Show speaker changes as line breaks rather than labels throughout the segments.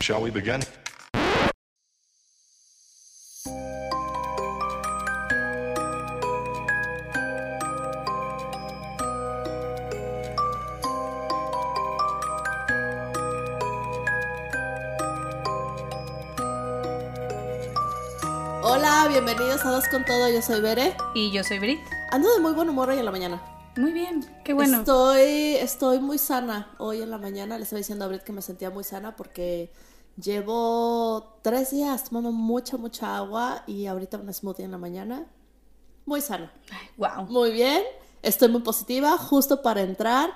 Shall we begin?
Hola, bienvenidos a Dos con Todo, yo soy Bere.
Y yo soy Brit.
Ando de muy buen humor hoy en la mañana.
Muy bien, qué bueno.
Estoy, estoy muy sana hoy en la mañana. Le estaba diciendo a Brit que me sentía muy sana porque llevo tres días tomando mucha, mucha agua y ahorita un smoothie en la mañana. Muy sana.
Wow.
Muy bien, estoy muy positiva, justo para entrar.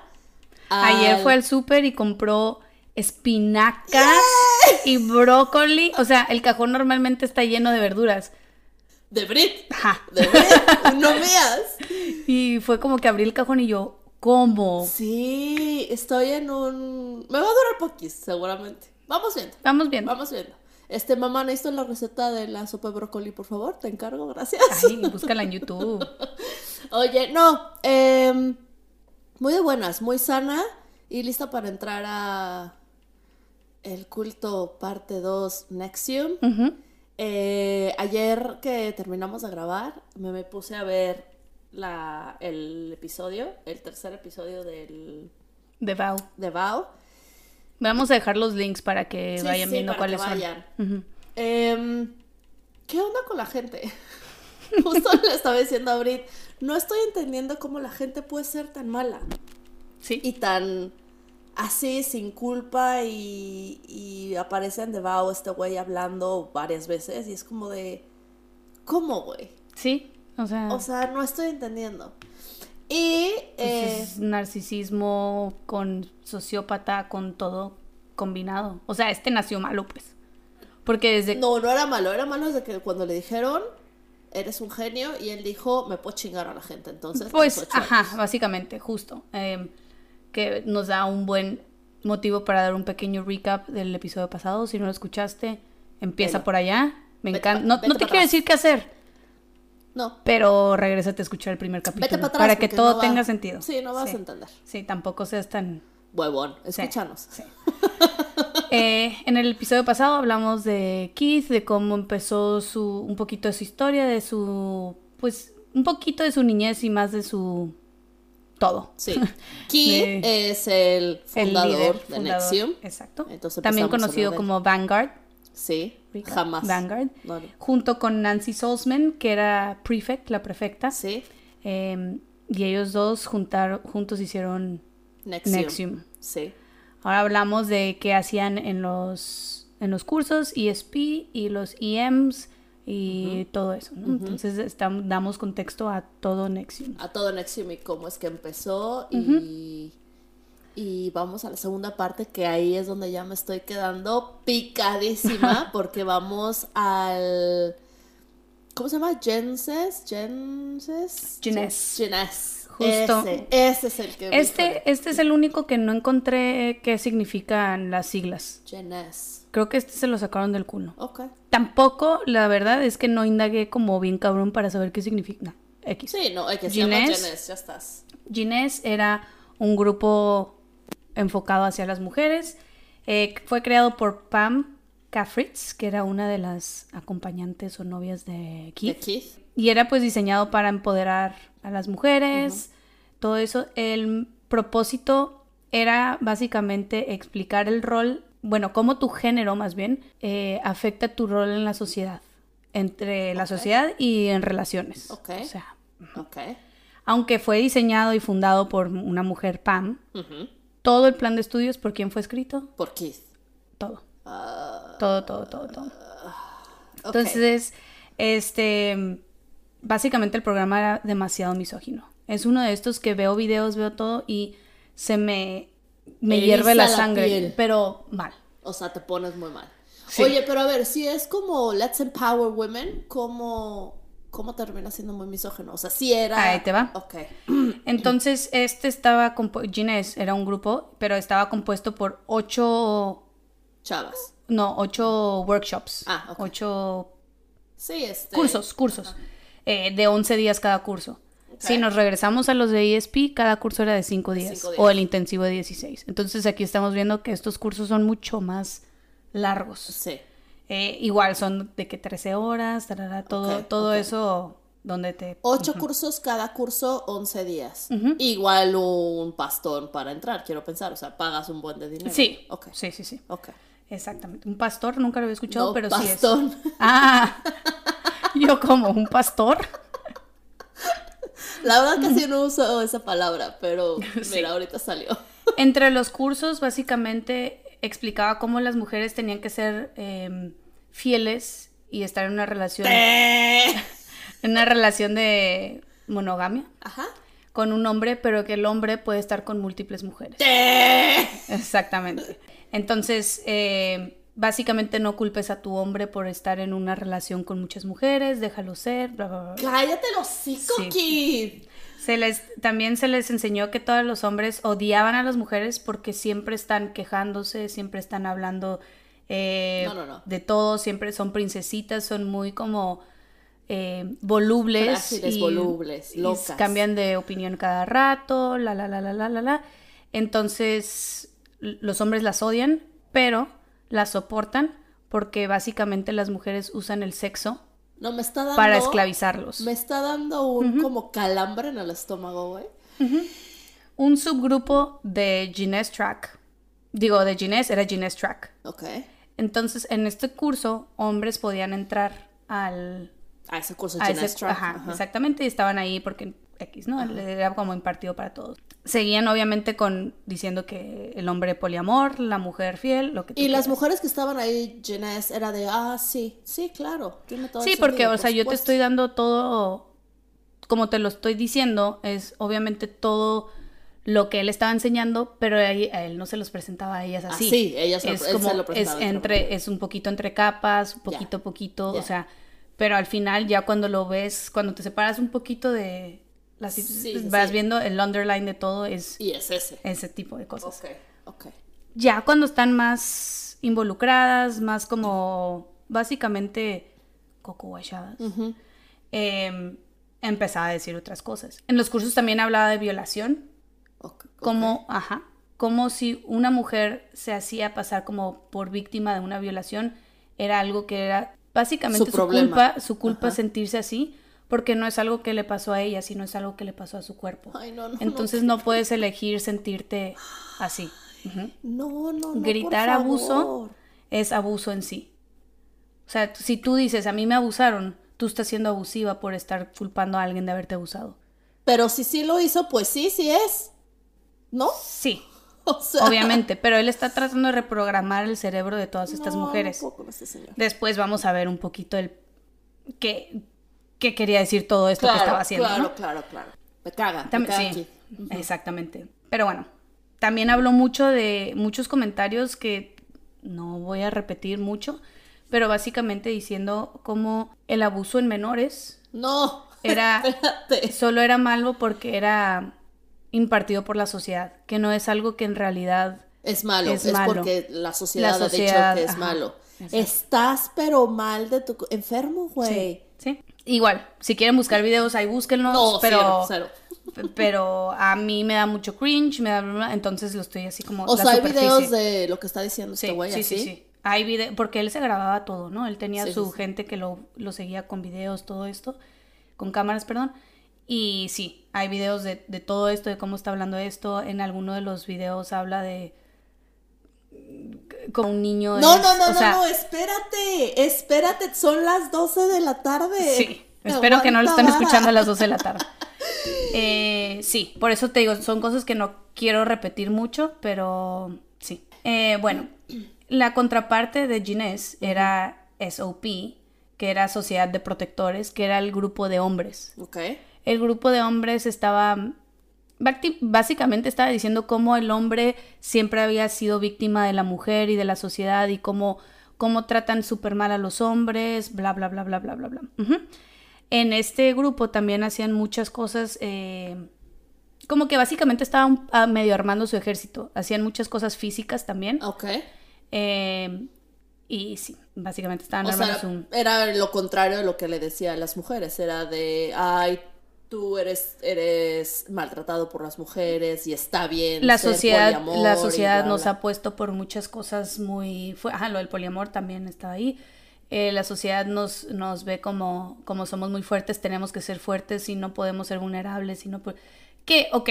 al-
Ayer fue al súper y compró espinacas y brócoli. O sea, el cajón normalmente está lleno de verduras.
De Brit.
Ajá.
De Brit, no mías.
Y fue como que abrí el cajón y yo, ¿cómo?
Sí, estoy en un... Me va a durar poquis, seguramente. Vamos viendo.
Vamos bien.
Vamos viendo. Este, mamá, necesito la receta de la sopa de brócoli, por favor, te encargo, gracias.
Ay, búscala en YouTube.
Oye, no, em, muy de buenas, muy sana y lista para entrar a el culto parte 2 Nexium.
Ujú.
Eh, ayer que terminamos de grabar, me, me puse a ver la, el episodio, el tercer episodio del,
De Bau.
de Bao.
Vamos a dejar los links para que
Sí,
vayan
sí,
viendo
para que
cuáles son.
vayan.
Ujú.
Em, ¿Qué onda con la gente? Justo le estaba diciendo a Brit, no estoy entendiendo cómo la gente puede ser tan mala
Sí.
y tan así, sin culpa y, y aparece en The Vow este güey hablando varias veces y es como de, ¿cómo güey?
Sí. O sea,
O sea, no estoy entendiendo. Y...
pues
eh,
es narcisismo con sociópata, con todo combinado. O sea, este nació malo, pues. Porque desde
No, no era malo, era malo desde que cuando le dijeron, eres un genio, y él dijo, me puedo chingar a la gente, entonces...
Pues,
18 años".
ajá, básicamente, justo. Eh, que nos da un buen motivo para dar un pequeño recap del episodio pasado. Si no lo escuchaste, empieza
Velo.
por allá. Me
Vete
encanta.
pa-
No,
vete
no te
pa'
quiero
atrás.
decir qué hacer,
No,
pero regrésate a escuchar el primer capítulo.
Vete para atrás.
para que
porque
todo
no va-
tenga sentido.
Sí, no vas
Sí.
a entender.
Sí, tampoco seas tan.
Huevón,
sí,
escúchanos.
sí. Eh, en el episodio pasado hablamos de Keith, de cómo empezó su, un poquito de su historia, de su. Pues, un poquito de su niñez y más de su. Todo.
Sí. Key
De-
es el
El
fundador
líder,
de
fundador,
Nexium.
Exacto.
Entonces
También
empezamos a hablar
conocido
de-
como Vanguard.
Sí,
Rica,
jamás.
Vanguard.
No, no.
Junto con Nancy Solzman, que era prefect, la prefecta.
Sí,
Eh, y ellos dos juntaron, juntos hicieron
Nexium.
Nexium.
Sí.
Ahora hablamos de qué hacían en los, en los cursos ESP y los EMs y todo eso. ¿no? Entonces estamos, damos contexto a todo Nexium.
A todo Nexium y cómo es que empezó. Y. Y vamos a la segunda parte, que ahí es donde ya me estoy quedando picadísima, porque vamos al. ¿Cómo se llama? Genses. Genses.
Genes.
Genes.
Justo.
Ese, ese es el que. me
Este, este es el único que no encontré qué significan las siglas.
Genes.
Creo que este se lo sacaron del culo.
Ok.
Tampoco, la verdad es que no indagué como bien cabrón para saber qué significa. X.
Sí, no, el que se llama
Ginés.
Genes, ya estás.
Ginés era un grupo enfocado hacia las mujeres. Eh, fue creado por Pam Caffritz, que era una de las acompañantes o novias de
De
Keith.
Keith.
Y era pues diseñado para empoderar a las mujeres, todo eso. El propósito era básicamente explicar el rol, bueno, cómo tu género más bien eh, afecta tu rol en la sociedad, entre la
Ok.
sociedad y en relaciones.
Ok.
O sea,
Ok.
aunque fue diseñado y fundado por una mujer, Pam,
Ujú.
todo el plan de estudios, ¿por quién fue escrito?
Por Keith.
Todo.
Ah,
Todo, todo, todo, todo.
ok.
Entonces, este, básicamente el programa era demasiado misógino. Es uno de estos que veo videos, veo todo y se me, me
Eriza
hierve la
la
sangre,
piel.
pero mal.
O sea, te pones muy mal.
Sí.
Oye, pero a ver, si es como Let's Empower Women, ¿cómo, cómo termina siendo muy misógeno? O sea, si era.
Ahí te va.
Ok.
Entonces, este estaba compuesto, Ginés era un grupo, pero estaba compuesto por ocho,
Chavas.
no, ocho workshops,
Ah, ok.
ocho
Sí, este.
cursos, cursos, eh, de 11 días cada curso.
Ok.
Si nos regresamos a los de ESP, cada curso era de 5 días,
cinco días.
o el intensivo de 16. Entonces aquí estamos viendo que estos cursos son mucho más largos.
Sí.
Eh, igual son de que 13 horas, tarara, todo,
Ok,
todo
ok.
eso donde te...
Ocho cursos, cada curso 11 días.
Ujú.
Igual un pastón para entrar, quiero pensar. O sea, pagas un buen de dinero.
Sí,
Ok.
sí, sí, sí.
Ok.
Exactamente. Un pastor, nunca lo había escuchado,
No,
pero sí
pastón.
es. Ah, yo como un pastor.
La verdad casi no uso esa palabra, pero mira, ahorita salió.
Entre los cursos, básicamente explicaba cómo las mujeres tenían que ser eh, fieles y estar en una relación, en una relación de monogamia
Ajá.
con un hombre, pero que el hombre puede estar con múltiples mujeres. Exactamente. Entonces, eh, básicamente no culpes a tu hombre por estar en una relación con muchas mujeres, déjalo ser, bla, bla, bla.
Cállate los hocico,
Sí.
Kid.
Se les, también se les enseñó que todos los hombres odiaban a las mujeres porque siempre están quejándose, siempre están hablando eh,
No, no, no.
de todo, siempre son princesitas, son muy como eh, volubles.
Frágiles, volubles,
y
locas.
cambian de opinión cada rato, la, la, la, la, la, la, la. Entonces, l- los hombres las odian, pero las soportan porque básicamente las mujeres usan el sexo
Ah, No, me está dando.
para esclavizarlos.
Me está dando un como calambre en el estómago, güey.
un subgrupo de Ginés Track. Digo, de Ginés era Ginés Track.
Ok.
Entonces, en este curso, hombres podían entrar al...
A ese curso
a
de
ese- ajá, exactamente, y estaban ahí porque X, ¿no? Era como impartido para todos. Seguían, obviamente, con diciendo que el hombre poliamor, la mujer fiel, lo que tú
Y las
quieras.
mujeres que estaban ahí, Ginés, era de, ah, sí, sí, claro, tiene todo
Sí,
el
porque,
sentido,
o
por
sea, yo te
supuesto".
estoy dando todo, como te lo estoy diciendo, es obviamente todo lo que él estaba enseñando, pero ahí- a él no se los presentaba a ellas así.
Así, ellas lo-
es
él Ah, se
como,
lo presentaba
es
entre
entre, es un poquito entre capas, poquito a poquito,
ya.
o sea, pero al final ya cuando lo ves, cuando te separas un poquito de, las,
Sí, sí,
vas
sí.
viendo el underline de todo es
Y es ese.
ese tipo de cosas
Ok, ok.
ya cuando están más involucradas, más como básicamente coco guachadas, em, empezaba a decir otras cosas. En los cursos también hablaba de violación,
ok, ok.
como, ajá, como si una mujer se hacía pasar como por víctima de una violación, era algo que era básicamente
Su
su,
problema.
culpa, su culpa
Ajá.
sentirse así, porque no es algo que le pasó a ella, sino es algo que le pasó a su cuerpo.
Ay, no, no, no.
Entonces no puedes elegir sentirte así. Ujú
No, no, no.
gritar
por
abuso
favor.
es abuso en sí. O sea, t- si tú dices, a mí me abusaron, tú estás siendo abusiva por estar culpando a alguien de haberte abusado.
Pero si sí lo hizo, pues sí, sí es. ¿No?
Sí,
O sea,
obviamente, pero él está tratando de reprogramar el cerebro de todas estas
no,
mujeres.
No, puedo con este señor.
Después vamos a ver un poquito el qué, qué quería decir todo esto
Claro,
que estaba haciendo.
claro,
¿no?
claro, claro. Me caga, me
También-
caga
sí,
aquí.
exactamente. Pero bueno, también habló mucho de muchos comentarios que no voy a repetir mucho, pero básicamente diciendo cómo el abuso en menores
No.
Era-
Espérate.
solo era malo porque era impartido por la sociedad, que no es algo que en realidad
Es malo, es,
Es malo.
porque la sociedad,
La
ha
sociedad,
dicho que es
ajá,
malo.
exacto.
Estás pero mal de tu... Enfermo, güey.
Sí. Igual, si quieren buscar videos ahí búsquenlos,
No,
pero
cero, cero.
p- pero a mí me da mucho cringe, me da bla, bla, entonces lo estoy así como
O
la
sea, hay
superficie.
videos de lo que está diciendo
Sí,
este güey
sí,
así.
sí, sí. Hay vide- porque él se grababa todo, ¿no? Él tenía
Sí, sí,
su
sí.
gente que lo, lo seguía con videos, todo esto, con cámaras, perdón. Y sí, hay videos de, de todo esto, de cómo está hablando esto. En alguno de los videos habla de mm, como un niño.
No,
es-
no, no,
o
no,
sea,
no, espérate, espérate, son las 12 de la tarde.
Sí, espero que no lo estén
Aguanta
escuchando a
vara.
las 12 de la tarde. Eh, sí, por eso te digo, son cosas que no quiero repetir mucho, pero sí. Eh, bueno, la contraparte de Ginés era SOP, que era Sociedad de Protectores, que era el grupo de hombres.
Ok,
El grupo de hombres estaba, bacti- básicamente estaba diciendo cómo el hombre siempre había sido víctima de la mujer y de la sociedad y cómo, cómo tratan súper mal a los hombres, bla, bla, bla, bla, bla, bla, bla. Ujú. En este grupo también hacían muchas cosas, eh, como que básicamente estaban ah, medio armando su ejército, hacían muchas cosas físicas también.
ok.
eh, y sí, básicamente estaban
O
armando
sea,
su...
era lo contrario de lo que le decía a las mujeres, era de, ay, tú eres, eres maltratado por las mujeres y está bien.
La sociedad, la sociedad nos ha puesto por muchas cosas muy... Fue, ajá, lo del poliamor también está ahí. Eh, la sociedad nos, nos ve como, como somos muy fuertes, tenemos que ser fuertes y no podemos ser vulnerables. Y no po- que, ok,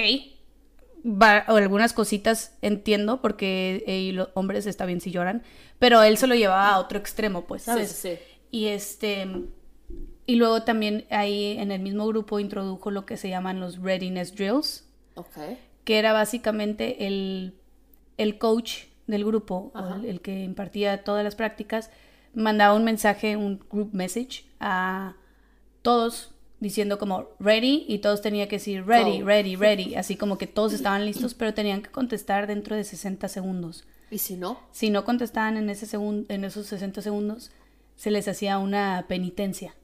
va- algunas cositas entiendo porque eh, los hombres está bien si lloran, pero él se lo llevaba a otro extremo, pues, ¿sabes?
Sí, sí, sí.
Y este... Y luego también ahí en el mismo grupo introdujo lo que se llaman los readiness drills,
Ok.
que era básicamente el, el coach del grupo, o
Ajá.
el, el que impartía todas las prácticas, mandaba un mensaje, un group message a todos diciendo como ready y todos tenían que decir ready,
Go.
ready, ready, así como que todos estaban listos, pero tenían que contestar dentro de 60 segundos.
Y si no,
Si no contestaban en, ese segun- en esos 60 segundos, se les hacía una penitencia.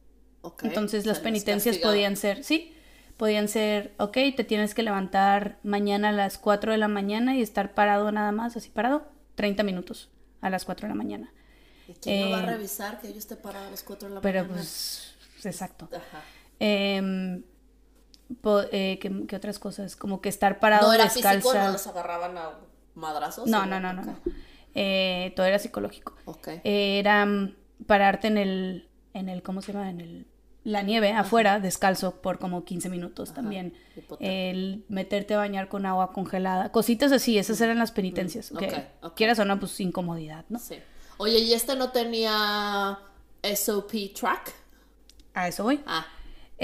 ok.
Entonces las
Se les
penitencias
castigaba.
podían ser, sí, podían ser, ok, te tienes que levantar mañana a las 4 de la mañana y estar parado nada más, así parado, 30 minutos a las 4 de la mañana.
¿Y ¿Quién no va a
eh,
revisar que yo esté parada a las 4 de la
Pero
mañana?
pues, exacto.
Ajá.
Em, po- eh, ¿qué, qué otras cosas? Como que estar parado
No era
descalza.
físico, no los agarraban a madrazos.
no,
¿o
no, no, no, no.
Ok.
Eh, todo era psicológico.
Ok.
era mm, pararte en el, en el, ¿cómo se llama? En el, la nieve afuera, descalzo por como 15 minutos también.
hipotermia.
El meterte a bañar con agua congelada, cositas así, esas eran las penitencias.
Mm,
que
ok, ok.
Quieras o no, pues incomodidad, ¿no?
Sí. Oye, ¿y este no tenía SOP track?
A eso voy.
Ah,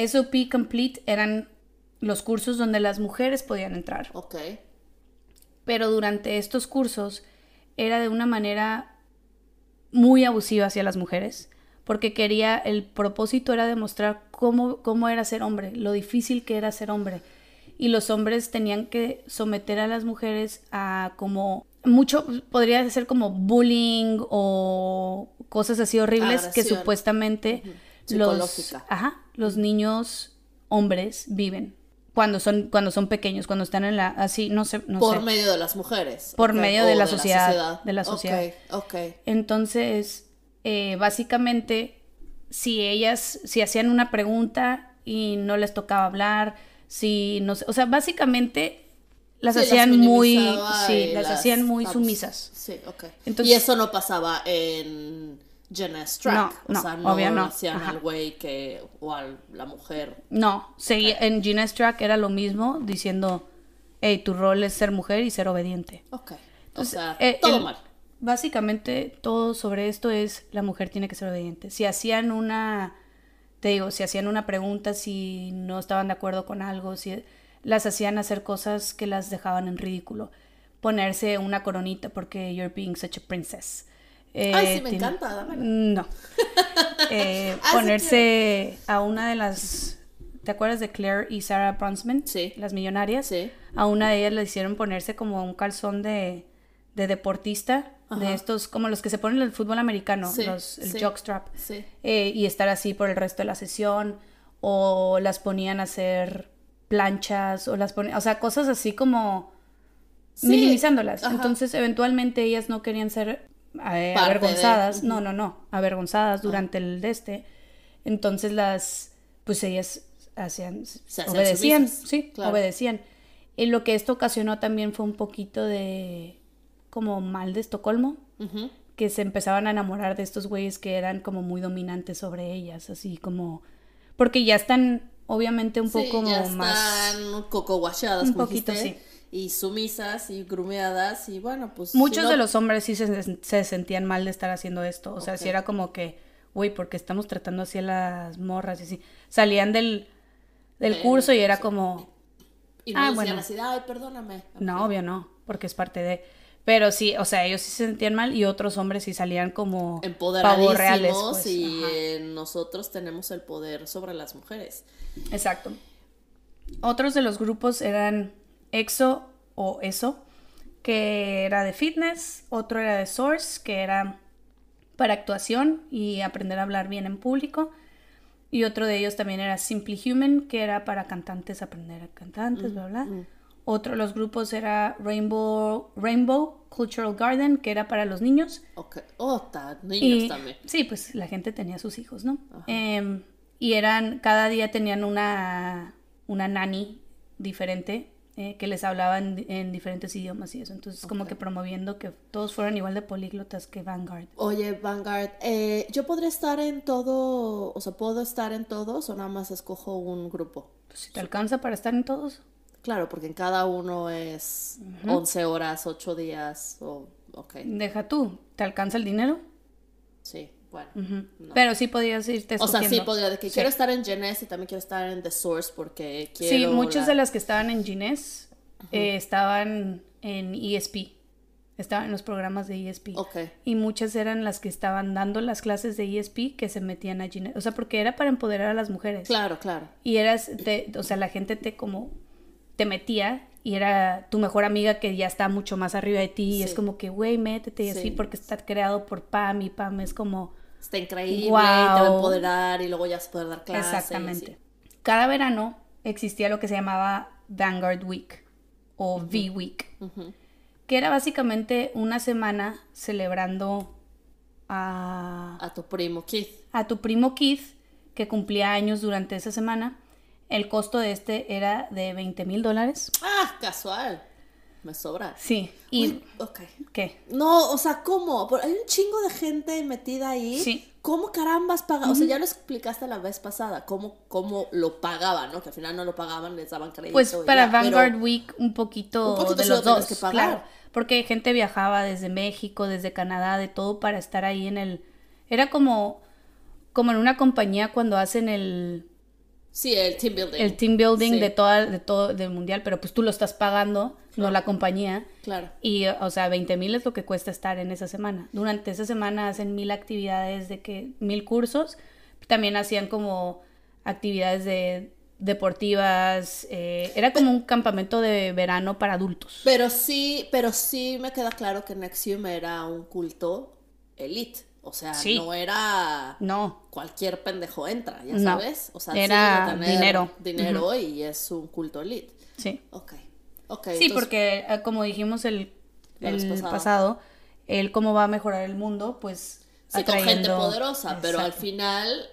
SOP Complete eran los cursos donde las mujeres podían entrar.
ok.
pero durante estos cursos era de una manera muy abusiva hacia las mujeres, porque quería, el propósito era demostrar cómo, cómo era ser hombre, lo difícil que era ser hombre. Y los hombres tenían que someter a las mujeres a como mucho, podría ser como bullying o cosas así horribles que
Agresión.
supuestamente
Ujú.
los,
Psicológica.
ajá, los niños hombres viven cuando son, cuando son pequeños, cuando están en la, así, no sé, no
Por
sé.
medio de las mujeres.
Por
ok,
medio
o
de la sociedad, de la
Ok,
sociedad.
Ok,
Entonces, eh, básicamente, si ellas, si hacían una pregunta y no les tocaba hablar, si no sé, o sea, básicamente las
Sí,
hacían muy,
minimizaba
sí,
y
las, hacían muy
abus-
sumisas.
Sí, ok.
Entonces-
y eso no pasaba en Jenna's Track.
No, no,
o sea, no
obvio no.
hacían
Ajá.
al güey que. o a la mujer.
No, seguía, en Gina Strack era lo mismo diciendo, hey, tu rol es ser mujer y ser obediente.
Ok.
Entonces,
o sea,
eh,
todo
el-
mal.
Básicamente todo sobre esto es la mujer tiene que ser obediente. Si hacían una, te digo, si hacían una pregunta, si no estaban de acuerdo con algo, si las hacían hacer cosas que las dejaban en ridículo. Ponerse una coronita porque you're being such a princess. Eh,
Ay, sí, me
tiene-
encanta, dámela.
No. Eh,
Ah, sí
ponerse a una de las... ¿Te acuerdas de Claire y Sarah Bronsman?
Sí.
Las millonarias.
Sí.
A una de ellas le hicieron ponerse como un calzón de, de deportista, de
Ajá.
estos, como los que se ponen en el fútbol americano,
Sí,
los- el
sí.
jockstrap,
Sí.
eh, y estar así por el resto de la sesión, o las ponían a hacer planchas, o las ponían, o sea, cosas así como
Sí,
minimizándolas.
ajá.
Entonces, eventualmente ellas no querían ser eh,
Parte de- Ah.
avergonzadas, no, no, no, avergonzadas durante el de este. Entonces las, pues ellas hacían,
hacían
obedecían,
sumisas,
sí,
claro.
obedecían. Y lo que esto ocasionó también fue un poquito de como mal de Estocolmo,
Ujú.
que se empezaban a enamorar de estos güeyes que eran como muy dominantes sobre ellas, así como, porque ya están obviamente un
Sí,
poco
ya
más...
están cocoguachadas,
Un
como
poquito,
dijiste, y sumisas y grumeadas y bueno, pues
Muchos
si no-
de los hombres sí se, se sentían mal de estar haciendo esto. O sea, si
Ok.
era como que, güey, porque estamos tratando así a las morras y así. Salían del, del
Del
curso y era
curso.
como,
y no
Ah,
decían
bueno.
así, ay, perdóname.
no, obvio no, porque es parte de. Pero sí, o sea, ellos sí se sentían mal y otros hombres sí salían como
Empoderadísimos
pavorreales, pues.
y
Ajá.
eh, nosotros tenemos el poder sobre las mujeres.
Exacto. Otros de los grupos eran EXO o ESO, que era de fitness, otro era de Source, que era para actuación y aprender a hablar bien en público, y otro de ellos también era Simply Human, que era para cantantes, aprender a cantantes, bla, bla. Otro de los grupos era Rainbow, Rainbow Cultural Garden, que era para los niños,
Ok, oh, ta- niños
y,
también.
Sí, pues la gente tenía sus hijos, ¿no? Em, y eran, cada día tenían una, una nani diferente eh, que les hablaba en, en, diferentes idiomas y eso. Entonces, okay. como que promoviendo que todos fueran igual de políglotas que Vanguard.
Oye, Vanguard, eh, ¿yo podré estar en todo, o sea, puedo estar en todos o nada más escojo un grupo?
Pues si te alcanza para estar en todos.
Claro, porque en cada uno es uh -huh. 11 horas, 8 días, o, oh, ok.
Deja tú, ¿te alcanza el dinero?
Sí. Bueno,
uh -huh. no. Pero sí podrías irte
escogiendo. O sea, sí podría, de que sí. quiero estar en Genes y también quiero estar en The Source porque quiero...
Sí, muchas la... de las que estaban en Genes uh -huh. eh, estaban en ESP, estaban en los programas de ESP.
Okay.
Y muchas eran las que estaban dando las clases de ESP que se metían a Genes, o sea, porque era para empoderar a las mujeres.
Claro, claro.
Y eras, te, o sea, la gente te como, te metía y era tu mejor amiga que ya está mucho más arriba de ti sí. y es como que, güey, métete y sí. así porque está creado por Pam y Pam es como
está increíble, wow. te va a empoderar y luego ya se puede dar clases.
Exactamente. Sí. Cada verano existía lo que se llamaba Vanguard Week o uh -huh. V-Week, uh -huh. que era básicamente una semana celebrando a...
A tu primo Keith.
A tu primo Keith, que cumplía años durante esa semana. El costo de este era de 20 mil dólares.
Ah, casual. Me sobra.
Sí. Y, Uy,
okay.
¿Qué?
No, o sea, ¿cómo? Hay un chingo de gente metida ahí.
Sí.
¿Cómo carambas pagaban? Uh -huh. O sea, ya lo explicaste la vez pasada, cómo, cómo lo pagaban, ¿no? Que al final no lo pagaban, les daban crédito.
Pues
y
para
ya,
Vanguard pero... Week un poquito, un poquito de los dos, que pagar. claro. Porque gente viajaba desde México, desde Canadá, de todo para estar ahí en el... Era como, como en una compañía cuando hacen el...
Sí, el team building.
El team building sí. de toda, de todo, del mundial, pero pues tú lo estás pagando, claro. no la compañía.
Claro.
Y, o sea, 20 mil es lo que cuesta estar en esa semana. Durante esa semana hacen mil actividades de que, mil cursos. También hacían como actividades de deportivas. Eh, era como un campamento de verano para adultos.
Pero sí, pero sí me queda claro que Nexium era un culto elite. O sea, sí. no era.
No.
Cualquier pendejo entra, ya sabes.
No.
O sea,
era tener dinero.
Dinero uh -huh. y es un culto elite.
Sí.
Ok. Ok.
Sí, entonces... porque ah, como dijimos el, el pasado. pasado. el cómo va a mejorar el mundo, pues.
Sí, atrayendo... con gente poderosa, Exacto. pero al final.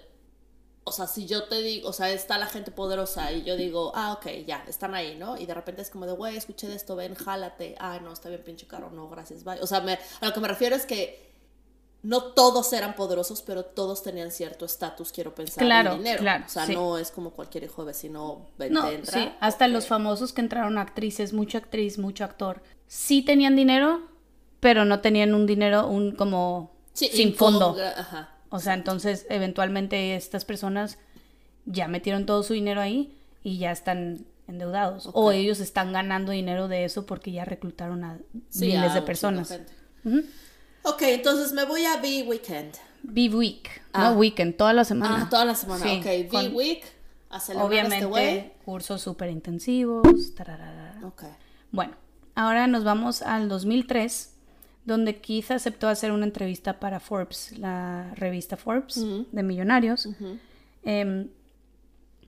O sea, si yo te digo, o sea, está la gente poderosa y yo digo, ah, ok, ya, están ahí, ¿no? Y de repente es como de, güey, escuché de esto, ven, jálate. Ah, no, está bien, pinche caro, no, gracias, bye. O sea, me, a lo que me refiero es que no todos eran poderosos, pero todos tenían cierto estatus, quiero pensar,
claro,
y dinero.
Claro,
o sea,
sí.
no es como cualquier hijo de vecino
no, entra, sí, hasta okay. los famosos que entraron actrices, mucha actriz, mucho actor, sí tenían dinero, pero no tenían un dinero un como
sí,
sin fondo.
Con, ajá.
O sea, entonces eventualmente estas personas ya metieron todo su dinero ahí y ya están endeudados okay. o ellos están ganando dinero de eso porque ya reclutaron a sí, miles a de personas.
ah, Ok, entonces me voy a B-Weekend.
B-Week, ah. no weekend, toda la semana.
Ah, toda la semana, sí, ok. Con... B-Week, a celebrar
Obviamente,
este güey.
cursos súper intensivos, tararara.
Ok.
Bueno, ahora nos vamos al 2003, donde Keith aceptó hacer una entrevista para Forbes, la revista Forbes uh -huh. de millonarios, uh -huh. eh,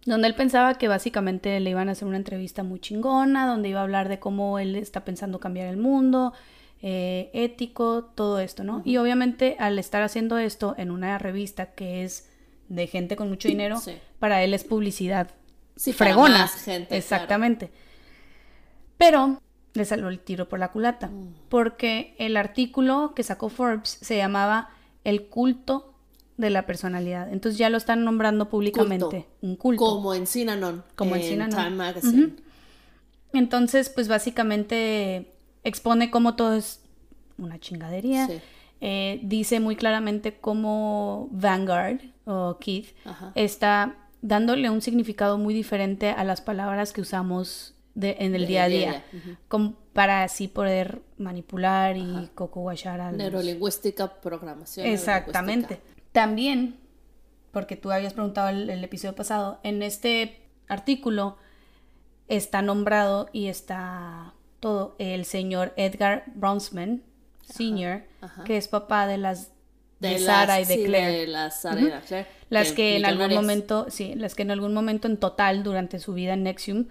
donde él pensaba que básicamente le iban a hacer una entrevista muy chingona, donde iba a hablar de cómo él está pensando cambiar el mundo, eh, ético, todo esto, ¿no? Uh -huh. Y obviamente al estar haciendo esto en una revista que es de gente con mucho dinero, sí. para él es publicidad
sí,
fregona.
Más gente,
Exactamente. Claro. Pero le salió el tiro por la culata, uh -huh. porque el artículo que sacó Forbes se llamaba El culto de la personalidad. Entonces ya lo están nombrando públicamente
culto.
un culto.
Como en Sinanon.
Como en,
en
Sinanon.
Time Magazine. Uh -huh.
Entonces, pues básicamente expone cómo todo es una chingadería. Sí. Eh, dice muy claramente cómo Vanguard o Keith
Ajá.
está dándole un significado muy diferente a las palabras que usamos de, en el de, día a día, día. Uh -huh. con, para así poder manipular y cocoguachar a los...
Neurolingüística, programación.
Exactamente. También, porque tú habías preguntado el, el episodio pasado, en este artículo está nombrado y está todo el señor Edgar Bronsman Sr., que es papá de las de, de Sara y de
sí,
Claire.
De las Sara y la Claire.
Las que, que en algún momento, sí, las que en algún momento en total durante su vida en Nexium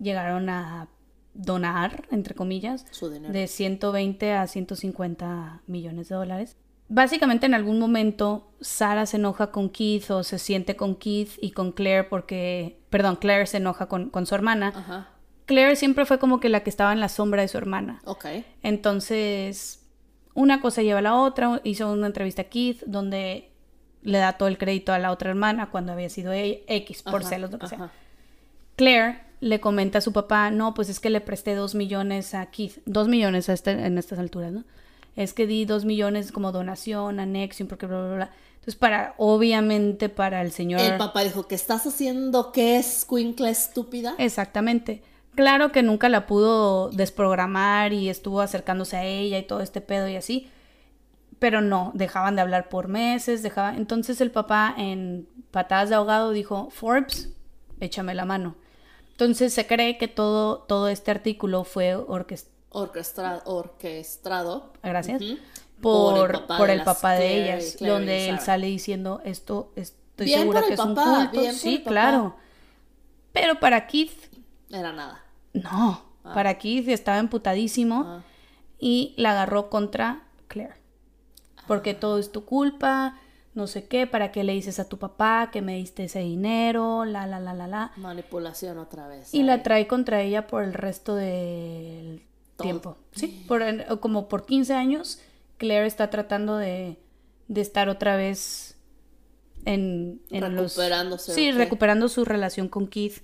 llegaron a donar, entre comillas,
su dinero.
de 120 a 150 millones de dólares Básicamente en algún momento Sara se enoja con Keith o se siente con Keith y con Claire porque, perdón, Claire se enoja con, con su hermana.
Ajá.
Claire siempre fue como que la que estaba en la sombra de su hermana.
Ok.
Entonces, una cosa lleva a la otra. Hizo una entrevista a Keith donde le da todo el crédito a la otra hermana cuando había sido ella, X por
Ajá,
celos, lo que sea.
ajá.
Claire le comenta a su papá, no, pues es que le presté dos millones a Keith, dos millones a este, en estas alturas, ¿no? Es que di dos millones como donación, anexión, porque bla, bla, bla. Entonces, para, obviamente, para el señor...
El papá dijo, ¿qué estás haciendo? ¿Qué es cuincla estúpida?
Exactamente. Claro que nunca la pudo desprogramar y estuvo acercándose a ella y todo este pedo y así. Pero no, dejaban de hablar por meses, dejaban... Entonces el papá en patadas de ahogado dijo, Forbes, échame la mano. Entonces se cree que todo, todo este artículo fue orquestado,
Orquestra- orquestrado.
gracias,
Ujú.
por,
Por el papá
por
de
el
las
papá de
Claire y
ellas,
Claire y
donde él
Sarah.
sale diciendo esto, estoy
Bien
segura
por el
que es un
papá,
culto.
bien por
Sí,
el papá.
claro. Pero para Keith
Era nada.
No, para Keith estaba emputadísimo
Ah.
y la agarró contra Claire. Porque todo es tu culpa, no sé qué, para qué le dices a tu papá que me diste ese dinero, la, la, la, la, la.
Manipulación otra vez.
Y la
Ay,
trae contra ella por el resto del
Todo.
tiempo. Sí, por el- o como por 15 años, Claire está tratando de, de estar otra vez en, en los-
Recuperándose,
Sí,
ok.
recuperando su relación con Keith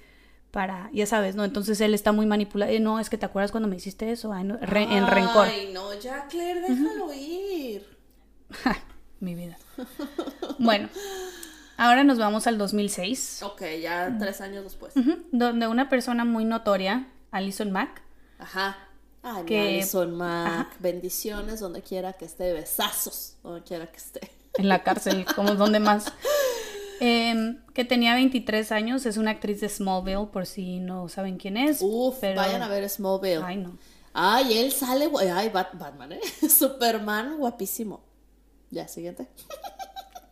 para, ya sabes, ¿no? Entonces él está muy manipulado. Eh, no, es que te acuerdas cuando me hiciste eso, Ay, no, re- en rencor.
Ay, no, ya, Claire, déjalo ir.
Mi vida. Bueno, ahora nos vamos al 2006.
Ok, ya tres años después.
Ujú, donde una persona muy notoria, Alison Mack,
Ajá. Ay,
Que-
que... son Mac. Bendiciones donde quiera que esté. Besazos donde quiera que esté.
en la cárcel, como donde más. Em, que tenía 23 años, es una actriz de Smallville, por si no saben quién es.
Uf, vayan a ver Smallville.
Ay,
Ay,
no.
él sale. gu- Ay, Bat- Batman, ¿eh? Superman, guapísimo. Ya, siguiente.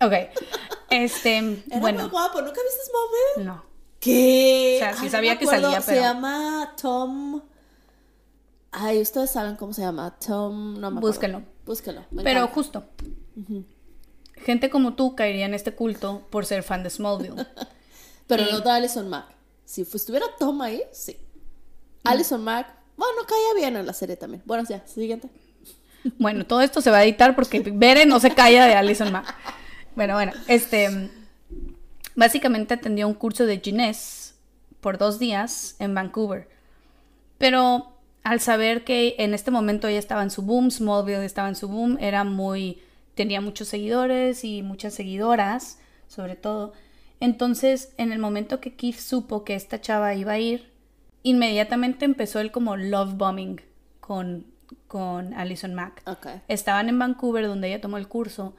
Ok. Este,
Era muy
bueno,
guapo. ¿Nunca viste Smallville?
no.
¿Qué?
O sea, sí
Ay, no
sabía
me
que
acuerdo.
salía,
Se
pero-
llama Tom. Ay, ustedes saben cómo se llama. Tom, no me acuerdo.
Búsquenlo.
Búsquenlo. me
Pero
encanta.
justo. Gente como tú caería en este culto por ser fan de Smallville.
Pero
y-
no de Alison Mack. Si fu- estuviera Tom ahí, sí. Alison Mack, bueno, caía bien en la serie también. Bueno, ya, siguiente.
Bueno, todo esto se va a editar porque Bere no se calla de Alison Mack. Bueno, bueno, este. Básicamente atendió un curso de Ginés por dos días en Vancouver. Pero al saber que en este momento ella estaba en su boom, Smallville estaba en su boom, era muy. tenía muchos seguidores y muchas seguidoras, sobre todo. Entonces, en el momento que Keith supo que esta chava iba a ir, inmediatamente empezó el como love bombing con, con Alison Mack
Ok.
estaban en Vancouver donde ella tomó el curso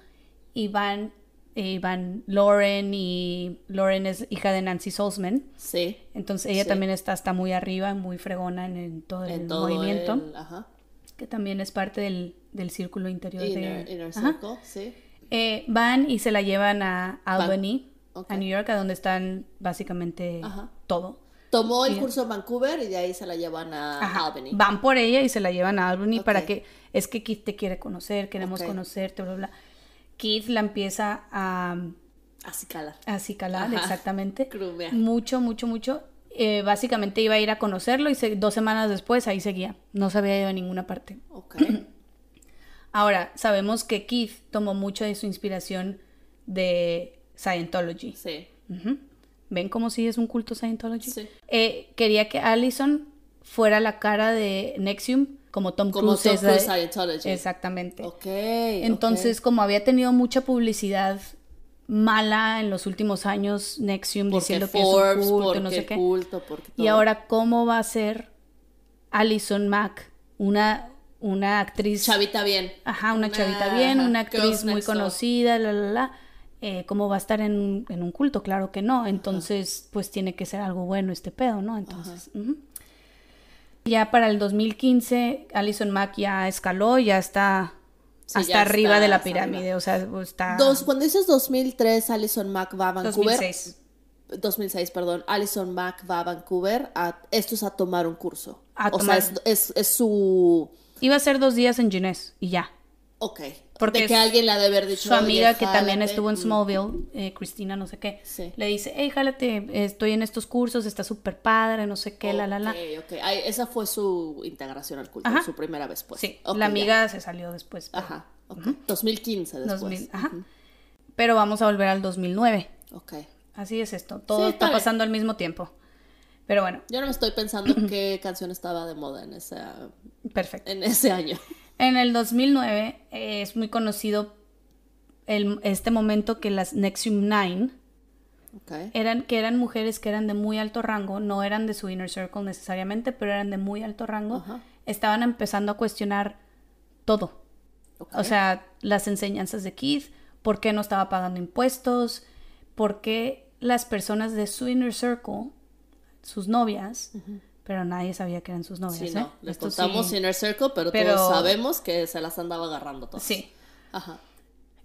y van, y van Lauren y Lauren es hija de Nancy Solzman.
Sí.
Entonces ella
Sí.
también está, está muy arriba, muy fregona en, en todo el
En todo
movimiento,
el- ajá.
que también es parte del, del círculo interior
Inner,
de...
inner
Ajá.
circle, sí.
Eh, van y se la llevan a Albany,
Ok.
a New York, a donde están básicamente
Ajá.
todo.
Tomó el curso en Vancouver y de ahí se la llevan a
Ajá.
Albany.
Van por ella y se la llevan a Albany
Ok.
para que es que Keith te quiere conocer, queremos
Ok.
conocerte, bla, bla. Keith la empieza a
Así cala.
acicalar,
Ajá.
exactamente.
Crumear.
Mucho, mucho, mucho. Eh, básicamente iba a ir a conocerlo y se- dos semanas después ahí seguía. No se había ido a ninguna parte.
Ok.
Ahora, sabemos que Keith tomó mucho de su inspiración de Scientology.
Sí.
Ujú. ¿Ven cómo sí es un culto Scientology?
Sí.
Eh, quería que Allison fuera la cara de Nexium, como Tom
Como
Cruise.
Tom
es la-
Cruise Scientology.
Exactamente.
Ok.
Entonces, como había tenido mucha publicidad mala en los últimos años, Nexium
ok. porque
diciendo que
Forbes,
es un culto,
porque
no sé qué.
culto, porque
Y
todo.
ahora, ¿cómo va a ser Alison Mack, una, una actriz
Chavita bien.
Ajá, una chavita bien,
ajá,
una
girls
actriz muy
next door.
conocida, la, la, la. Eh, ¿Cómo va a estar en, en un culto? Claro que no. Entonces, pues tiene que ser algo bueno este pedo, ¿no? Entonces, ujú. ya para el 2015, Alison Mack ya escaló, ya está
Sí,
hasta
ya
arriba de la
está hasta arriba.
pirámide, o sea, está...
Dos, cuando dices 2003, Alison Mack va a Vancouver.
2006.
2006, perdón. Alison Mack va a Vancouver. a- esto es a tomar un curso.
A
o
tomar-
sea, es, es- es su.
Iba a ser dos días en Ginés y ya.
Ok. Porque de que alguien la debe haber dicho.
Su amiga que jálate. también estuvo en
mm.
Smallville, eh, Cristina, no sé qué, sí. le dice, hey, jálate, estoy en estos cursos, está súper padre, no sé qué,
okay,
la, la, la.
Oh, Ok, Ay, esa fue su integración al culto, su primera vez, pues.
Sí, okay, la amiga ya. se salió después.
Pero... Ajá, okay. uh -huh. 2015 después. 2000,
ajá. Uh -huh. Pero vamos a volver al 2009.
Ok.
Así es esto, todo sí, está, está pasando al mismo tiempo. Pero bueno.
Yo no me estoy pensando qué canción estaba de moda en, esa,
Perfecto.
en ese año.
En el 2009 eh, es muy conocido el, este momento que las Nexium 9 okay. eran, que eran mujeres que eran de muy alto rango, no eran de su inner circle necesariamente, pero eran de muy alto rango, uh -huh. estaban empezando a cuestionar todo. Okay. O sea, las enseñanzas de Keith, por qué no estaba pagando impuestos, por qué las personas de su inner circle, sus novias, uh -huh pero nadie sabía que eran sus novias.
Sí,
no. ¿eh?
Les Esto contamos sí. Inner Circle, pero, pero, todos sabemos que se las andaba agarrando todas.
Sí.
Ajá.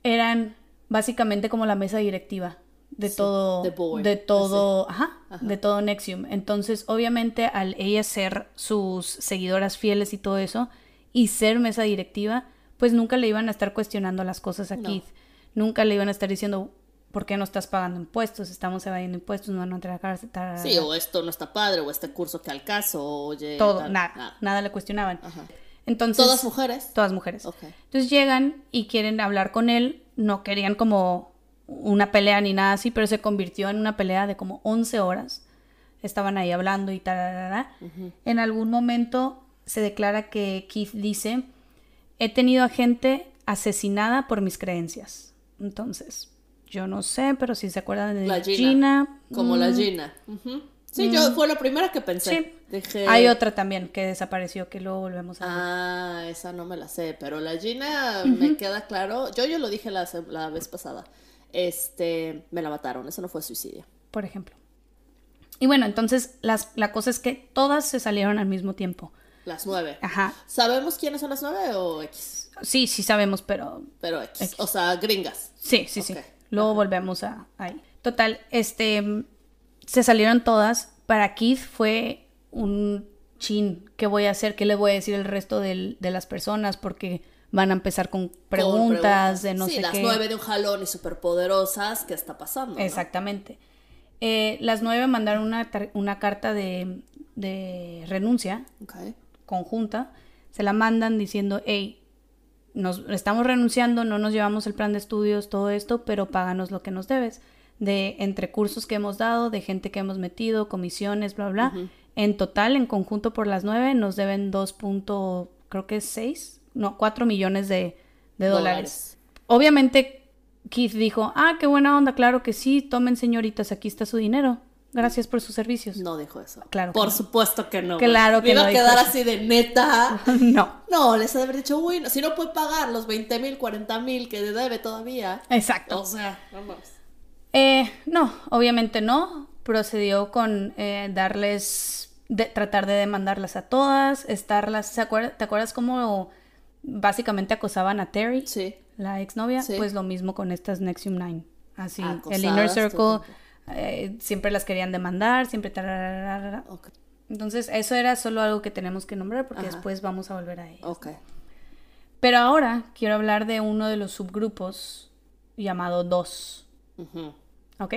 Eran básicamente como la mesa directiva de sí. todo, de todo, ajá, ajá. de todo Nexium. Entonces, obviamente, al ellas ser sus seguidoras fieles y todo eso, y ser mesa directiva, pues nunca le iban a estar cuestionando las cosas a no. Keith. Nunca le iban a estar diciendo, ¿por qué no estás pagando impuestos? Estamos evadiendo impuestos, no van a entrar a cárcel. Tararara.
Sí, o esto no está padre, o este curso que al caso, oye. Ah.
Todo, tal, nada, nada, nada, le cuestionaban. Ajá. Entonces,
¿Todas mujeres?
Todas Eh, mujeres.
Okay.
Entonces llegan y quieren hablar con él, no querían como una pelea ni nada así, pero se convirtió en una pelea de como 11 horas. Estaban ahí hablando y tal. Uh -huh. En algún momento se declara que Keith dice, he tenido a gente asesinada por mis creencias. Entonces, yo no sé, pero si se acuerdan de
la Gina. Gina como mm. la Gina. Uh -huh. Sí, mm. yo fue la primera que pensé. Sí. Dejé...
Hay otra también que desapareció, que luego volvemos a ver.
Ah, esa no me la sé, pero la Gina uh -huh. me queda claro. Yo, yo lo dije la, la, vez pasada. Este, me la mataron, eso no fue suicidio.
Por ejemplo. Y bueno, entonces las, la cosa es que todas se salieron al mismo tiempo.
Las nueve.
Ajá.
¿Sabemos quiénes son las nueve o X?
Sí, sí sabemos, pero...
Pero X. X. O sea, gringas.
Sí, sí, okay. sí. Luego volvemos a ahí. Total, este se salieron todas. Para Keith fue un chin. ¿Qué voy a hacer? ¿Qué le voy a decir al resto del, de las personas? Porque van a empezar con preguntas, con preguntas. de no
sí,
sé
las
qué.
nueve de un jalón y superpoderosas. ¿Qué está pasando?
Exactamente. ¿no? Eh, las nueve mandaron una, una carta de, de renuncia
okay.
conjunta. Se la mandan diciendo, hey, nos estamos renunciando, no nos llevamos el plan de estudios, todo esto, pero páganos lo que nos debes. De entre cursos que hemos dado, de gente que hemos metido, comisiones, bla, bla. Uh -huh. En total, en conjunto por las nueve, nos deben 2. creo que es 6, no, 4 millones de, de dólares. dólares. Obviamente, Keith dijo, ah, qué buena onda, claro que sí, tomen señoritas, aquí está su dinero. Gracias por sus servicios.
No dijo eso.
Claro.
Por no. supuesto que no.
Claro
que
Me iba
no a quedar eso. así de neta.
no.
No, les ha de haber dicho, uy, no, si no puede pagar los 20 mil, 40 mil que debe todavía.
Exacto.
O sea, vamos.
Eh, no, obviamente no. Procedió con eh, darles, de, tratar de demandarlas a todas, estarlas. ¿se acuerda, ¿Te acuerdas cómo básicamente acosaban a Terry?
Sí.
La exnovia. Sí. Pues lo mismo con estas Nexium 9. Así, Acosadas, el Inner Circle. Eh, siempre las querían demandar, siempre...
Okay.
Entonces, eso era solo algo que tenemos que nombrar porque Ajá. Oh. después vamos a volver a ello.
Okay.
Pero ahora quiero hablar de uno de los subgrupos llamado 2.
Uh -huh.
¿Ok?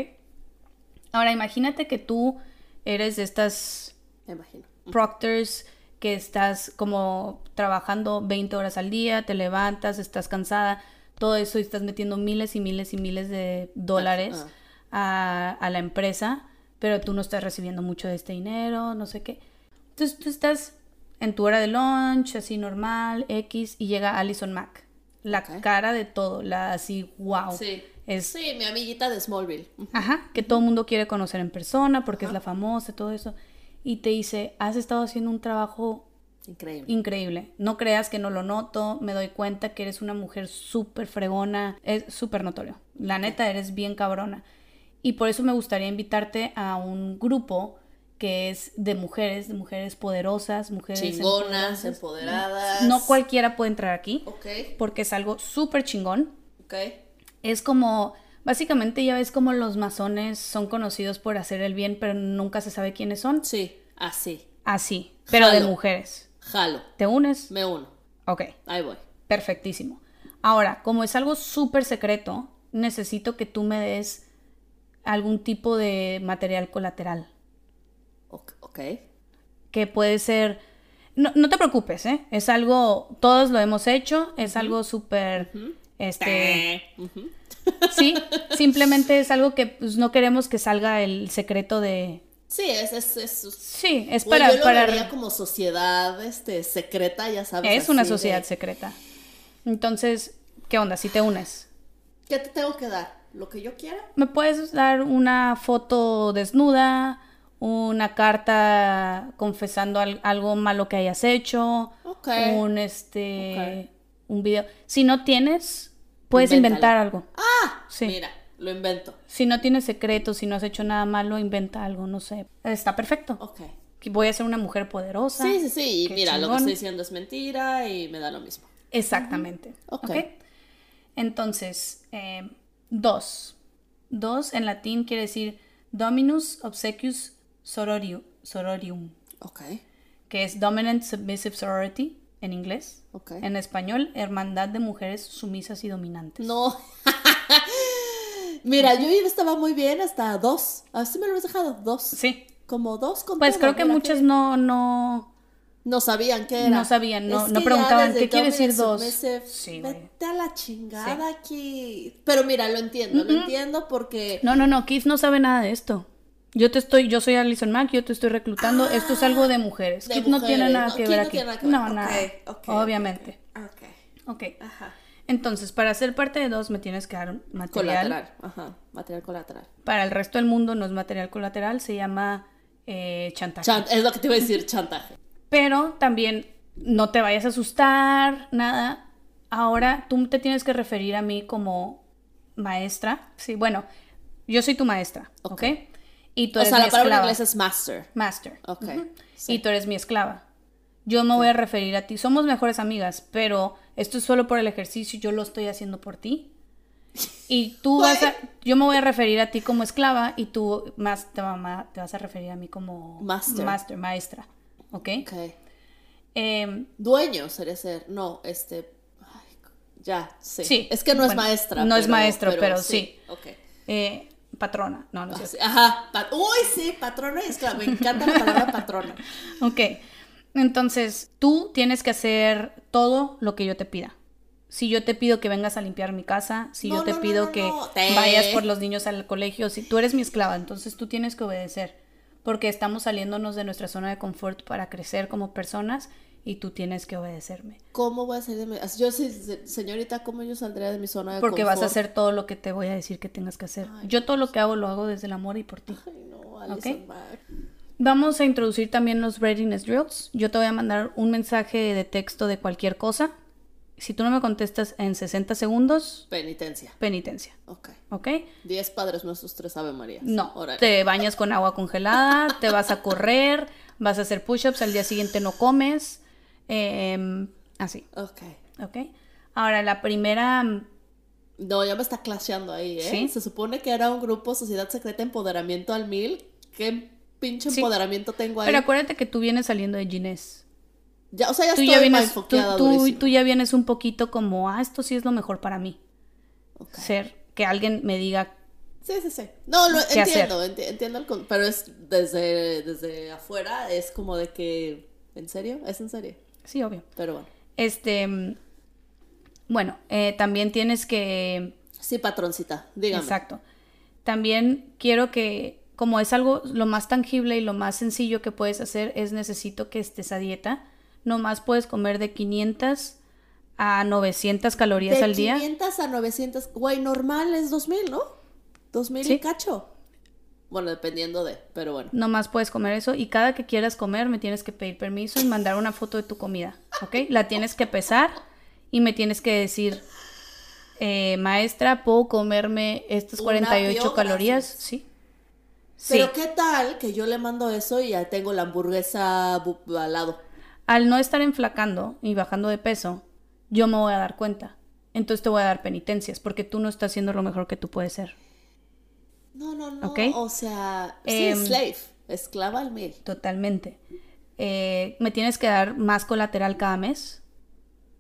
Ahora, imagínate que tú eres de estas
Imagino.
proctors que estás como trabajando 20 horas al día, te levantas, estás cansada, todo eso y estás metiendo miles y miles y miles de dólares. Uh -huh. A, a, la empresa, pero tú no estás recibiendo mucho de este dinero, no sé qué. Entonces tú estás en tu hora de lunch, así normal, X, y llega Allison Mack. La okay. cara de todo, la así, wow.
Sí.
Es...
Sí, mi amiguita de Smallville.
Ajá, que todo el mundo quiere conocer en persona porque Ajá. es la famosa, todo eso. Y te dice, has estado haciendo un trabajo
Increíble.
Increíble. No creas que no lo noto. Me doy cuenta que eres una mujer súper fregona. Es súper notorio. La neta, okay. eres bien cabrona. Y por eso me gustaría invitarte a un grupo que es de mujeres, de mujeres poderosas, mujeres
chingonas, empoderadas.
No, no cualquiera puede entrar aquí,
okay.
porque es algo súper chingón.
Okay.
Es como, básicamente ya ves como los masones son conocidos por hacer el bien, pero nunca se sabe quiénes son.
Sí, así.
Así, pero Jalo. de mujeres.
Jalo.
¿Te unes?
Me uno.
Ok.
Ahí voy.
Perfectísimo. Ahora, como es algo súper secreto, necesito que tú me des algún tipo de material colateral.
Ok. ok.
Que puede ser... No, no te preocupes, ¿eh? Es algo... Todos lo hemos hecho, es algo súper...
Ujú.
Este,
Ujú.
sí, simplemente es algo que pues, no queremos que salga el secreto de...
Sí, es, es, es-
Sí, es
Bueno,
para...
yo lo
para-
vería como sociedad este, secreta, ya sabes.
Es una
así de,
sociedad secreta. Entonces, ¿qué onda? Si te unes.
¿Qué te tengo que dar? ¿Lo que yo quiera?
¿Me puedes dar una foto desnuda? ¿Una carta confesando al- algo malo que hayas hecho?
Ok.
Un este. Un video. Si no tienes, puedes inventar algo.
¡Ah!
Sí.
Mira, lo invento.
Si no tienes secretos, si no has hecho nada malo, inventa algo, no sé. Está perfecto.
Ok.
Voy a ser una mujer poderosa.
Sí, sí, sí. Y
qué
mira, lo que
chingón.
estoy diciendo es mentira y me da lo mismo.
Exactamente.
Ujú.
Ok.
Ok.
Entonces, eh, dos. Dos en latín quiere decir Dominus Obsequius sororiu- Sororium,
Ok.
que es Dominant Submissive Sorority en inglés.
Ok.
En español, Hermandad de Mujeres Sumisas y Dominantes.
No. mira, yo ya estaba muy bien hasta dos. A ver si me lo hubieras dejado. Dos.
Sí.
Como dos con
Pues
todo,
creo que
mira
muchas no, no.
No sabían qué era.
No sabían, no-
Es
no
que ya
preguntaban,
desde
¿qué quiere decir
Dominant
dos?
Submissive,
Sí, güey.
Vete a la chingada aquí. Pero mira, lo entiendo, lo entiendo porque.
No, no, no. Keith no sabe nada de esto. Yo te estoy, yo soy Alison Mack, yo te estoy reclutando. esto es algo de mujeres.
de
Keith no tiene
mujeres,
nada
¿no?
que
Keith
ver
no
aquí.
tiene nada que
no,
ver.
nada.
Ok, ok, ok.
Obviamente.
Ok.
Ok.
Ajá.
Entonces, para ser parte de dos me tienes que dar un material.
Colateral. Ajá. Material colateral.
Para el resto del mundo no es material colateral, se llama eh, chantaje.
Chan- es lo que te iba a decir, chantaje.
Pero también no te vayas a asustar, nada. Ahora tú te tienes que referir a mí como maestra. Sí, bueno, yo soy tu maestra, ¿ok? Y tú
O
eres
sea,
mi
la palabra en
esclava.
inglés es master.
Master.
Ok.
Y tú eres mi esclava. Yo me voy a referir a ti. Somos mejores amigas, pero esto es solo por el ejercicio. Yo lo estoy haciendo por ti. Y tú vas a. Yo me voy a referir a ti como esclava y tú más te, mamá, te vas a referir a mí como.
Master.
maestra. ¿Ok?
Ok.
Em,
Dueño sería ser. No, este. ay, ya, sí.
Sí,
Es que no es
bueno,
maestra.
no es maestro, pero sí.
Ok.
eh, patrona. No, no sé.
Así- Ajá. pa- Uy, sí, patrona y esclava. Me encanta la palabra patrona.
Ok. Entonces, tú tienes que hacer todo lo que yo te pida. Si yo te pido que vengas a limpiar mi casa, si
No,
yo te
no, no,
pido
no,
que
no. Te-
vayas por los niños al colegio, si tú eres mi esclava, entonces tú tienes que obedecer, porque estamos saliéndonos de nuestra zona de confort para crecer como personas y tú tienes que obedecerme,
¿Cómo voy a salir de mi... así, Yo, sí, se- señorita, ¿cómo yo saldría de mi zona de
porque vas a
confort?
hacer todo lo que te voy a decir que tengas que hacer. Yo todo lo que hago lo hago desde el amor y por ti.
Ay, no, Alison
Ok.
Mack.
Vamos a introducir también los readiness drills. Yo te voy a mandar un mensaje de texto de cualquier cosa. Si tú no me contestas en 60 segundos,
Penitencia.
penitencia,
Ok.
¿ok?
Diez padres nuestros, tres Ave María.
No,
Órale.
te bañas con agua congelada, te vas a correr, vas a hacer push-ups, al día siguiente no comes, em, así,
Ok.
¿ok? Ahora, la primera,
No, ya me está clasheando ahí, ¿eh?
Sí.
Se supone que era un grupo Sociedad Secreta Empoderamiento al Mil. ¿Qué pinche
Sí.
empoderamiento tengo ahí?
pero acuérdate que tú vienes saliendo de Ginés.
Ya, o sea, ya
Tú
estoy
ya, vienes, tú,
mindfuckeada
tú-
durísimo.
tú ya vienes un poquito como, ah, esto sí es lo mejor para mí.
Ok.
Ser, que alguien me diga
Sí, sí, sí. No, lo
¿Qué hacer?
entiendo, enti- entiendo el con- pero es desde, desde afuera, es como de que, ¿en serio? Es en serio,
Sí, obvio.
pero bueno.
Este, mm, bueno, eh, también tienes que,
Sí, patroncita, dígame.
exacto. También quiero que, como es algo lo más tangible y lo más sencillo que puedes hacer, es necesito que estés a dieta. Nomás puedes comer de 500 a 900 calorías
de
al día.
500 a 900, güey, normal es 2000, ¿no? 2000
Sí.
y cacho. Bueno, dependiendo de, pero bueno.
Nomás puedes comer eso y cada que quieras comer me tienes que pedir permiso y mandar una foto de tu comida, ¿ok? La tienes que pesar y me tienes que decir, eh, maestra, ¿puedo comerme estas
Una
48
bio,
calorías?
gracias.
Sí. Sí.
Pero qué tal que yo le mando eso y ya tengo la hamburguesa bu- al lado.
Al no estar enflacando y bajando de peso, yo me voy a dar cuenta. Entonces te voy a dar penitencias porque tú no estás haciendo lo mejor que tú puedes ser.
No, no, no,
Ok.
o sea, sí,
Em,
slave, esclava al mil.
Totalmente. Eh, me tienes que dar más colateral cada mes.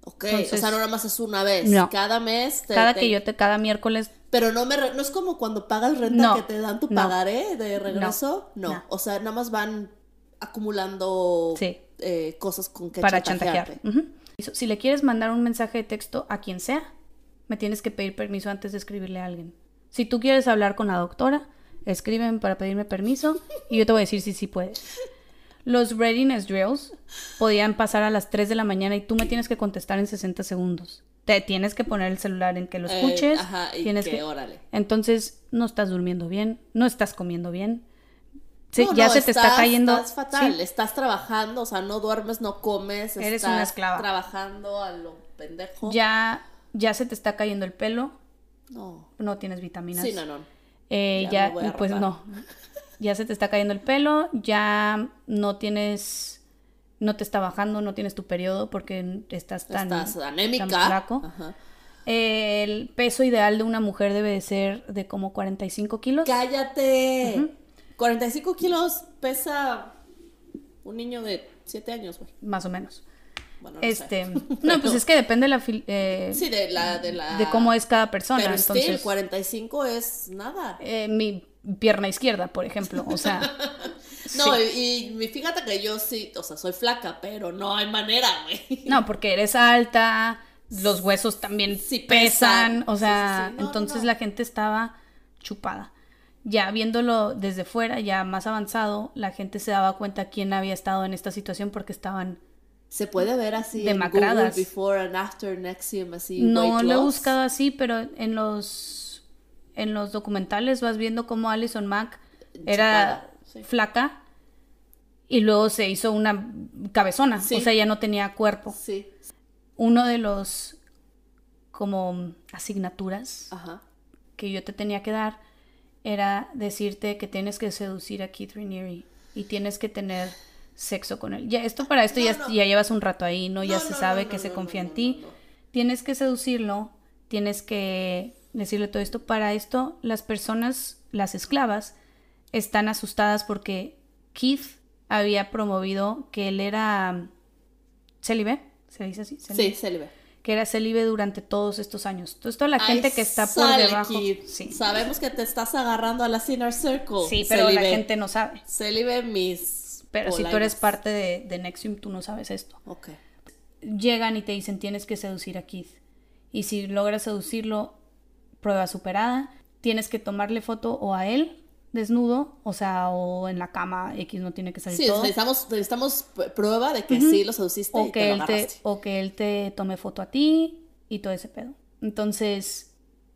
Ok, Entonces, o sea, no nada más es una vez.
No.
Cada mes.
te- cada que yo te, cada miércoles
Pero no me re- no es como cuando pagas renta
No,
que te dan tu
no.
pagaré de regreso. No,
no.
O sea, nada más van acumulando
Sí.
eh, cosas con que
para
chantajearte.
chantajear. Ujú. Eso, Si le quieres mandar un mensaje de texto a quien sea, me tienes que pedir permiso antes de escribirle a alguien. Si tú quieres hablar con la doctora, escríbeme para pedirme permiso y yo te voy a decir si sí puedes. Los readiness drills podían pasar a las 3 de la mañana y tú me tienes que contestar en 60 segundos. Te tienes que poner el celular en que lo
Eh,
escuches.
ajá, y
tienes
que órale.
Entonces, no estás durmiendo bien, no estás comiendo bien. Se-
No,
ya
no,
se te está
estás-
cayendo.
Estás fatal,
Sí.
estás trabajando, o sea, no duermes, no comes.
Eres
estás
una esclava.
Trabajando a lo pendejo.
ya, ya se te está cayendo el pelo,
No.
no tienes vitaminas.
Sí, no, no.
Eh,
Ya
ya,
me voy a
pues no.
arrugar.
Ya se te está cayendo el pelo, ya no tienes, no te está bajando, no tienes tu periodo porque estás tan,
estás anémica. Ah.
tan flaco.
Ajá.
El peso ideal de una mujer debe de ser de como 45 kilos.
Cállate. 45 kilos pesa un niño de 7 años, güey.
Más o menos.
Bueno, no sé.
Este, no, pues es que depende de la, fil- eh,
Sí, de la. De, la...
de cómo es cada persona.
Pero still,
entonces,
45 es nada.
eh, mi pierna izquierda, por ejemplo, o sea,
No, y, y fíjate que yo sí, o sea, soy flaca, pero no hay manera, güey.
No, porque eres alta, los huesos también
Sí, pesan.
pesan, o
Sí,
sea,
sí, sí. No,
entonces
no, no.
la gente estaba chupada. Ya viéndolo desde fuera, ya más avanzado, la gente se daba cuenta quién había estado en esta situación porque estaban...
Se puede ver así. en
Demacradas.
Google before and after Nexium, así.
No
weight
lo he
loss.
buscado así, pero en los, en los documentales vas viendo cómo Alison Mack era
Chupada, sí.
flaca y luego se hizo una cabezona,
Sí.
o sea, ya no tenía cuerpo.
Sí.
uno de los como asignaturas
Ajá.
que yo te tenía que dar era decirte que tienes que seducir a Keith Raniere y tienes que tener sexo con él. Ya esto para esto ya,
No, no.
ya llevas un rato ahí, no, ya
No,
se
no,
sabe
no,
que
no,
se
no,
confía
no,
en
no,
ti.
no, no.
Tienes que seducirlo, tienes que decirle todo esto. Para esto las personas, las esclavas, están asustadas porque Keith había promovido que él era célibe, se dice así,
Sí, se le ve.
que era célibe durante todos estos años. Entonces, toda la gente
Ay,
que está por
sale,
debajo.
Kid.
Sí,
Sabemos que te estás agarrando a la Inner Circle.
sí pero la
Celibe.
gente no sabe.
Celibe mis.
Pero si tú
polainas.
eres parte de, de Nexium, tú no sabes esto.
Ok.
Llegan y te dicen tienes que seducir a Keith. Y si logras seducirlo, prueba superada. Tienes que tomarle foto o a él desnudo, o sea, o en la cama, X no tiene que salir
Sí,
todo.
necesitamos, necesitamos p- prueba de que sí lo seduciste
o
y
que
te lo
él te,
agarraste.
o que él te tome foto a ti y todo ese pedo. Entonces,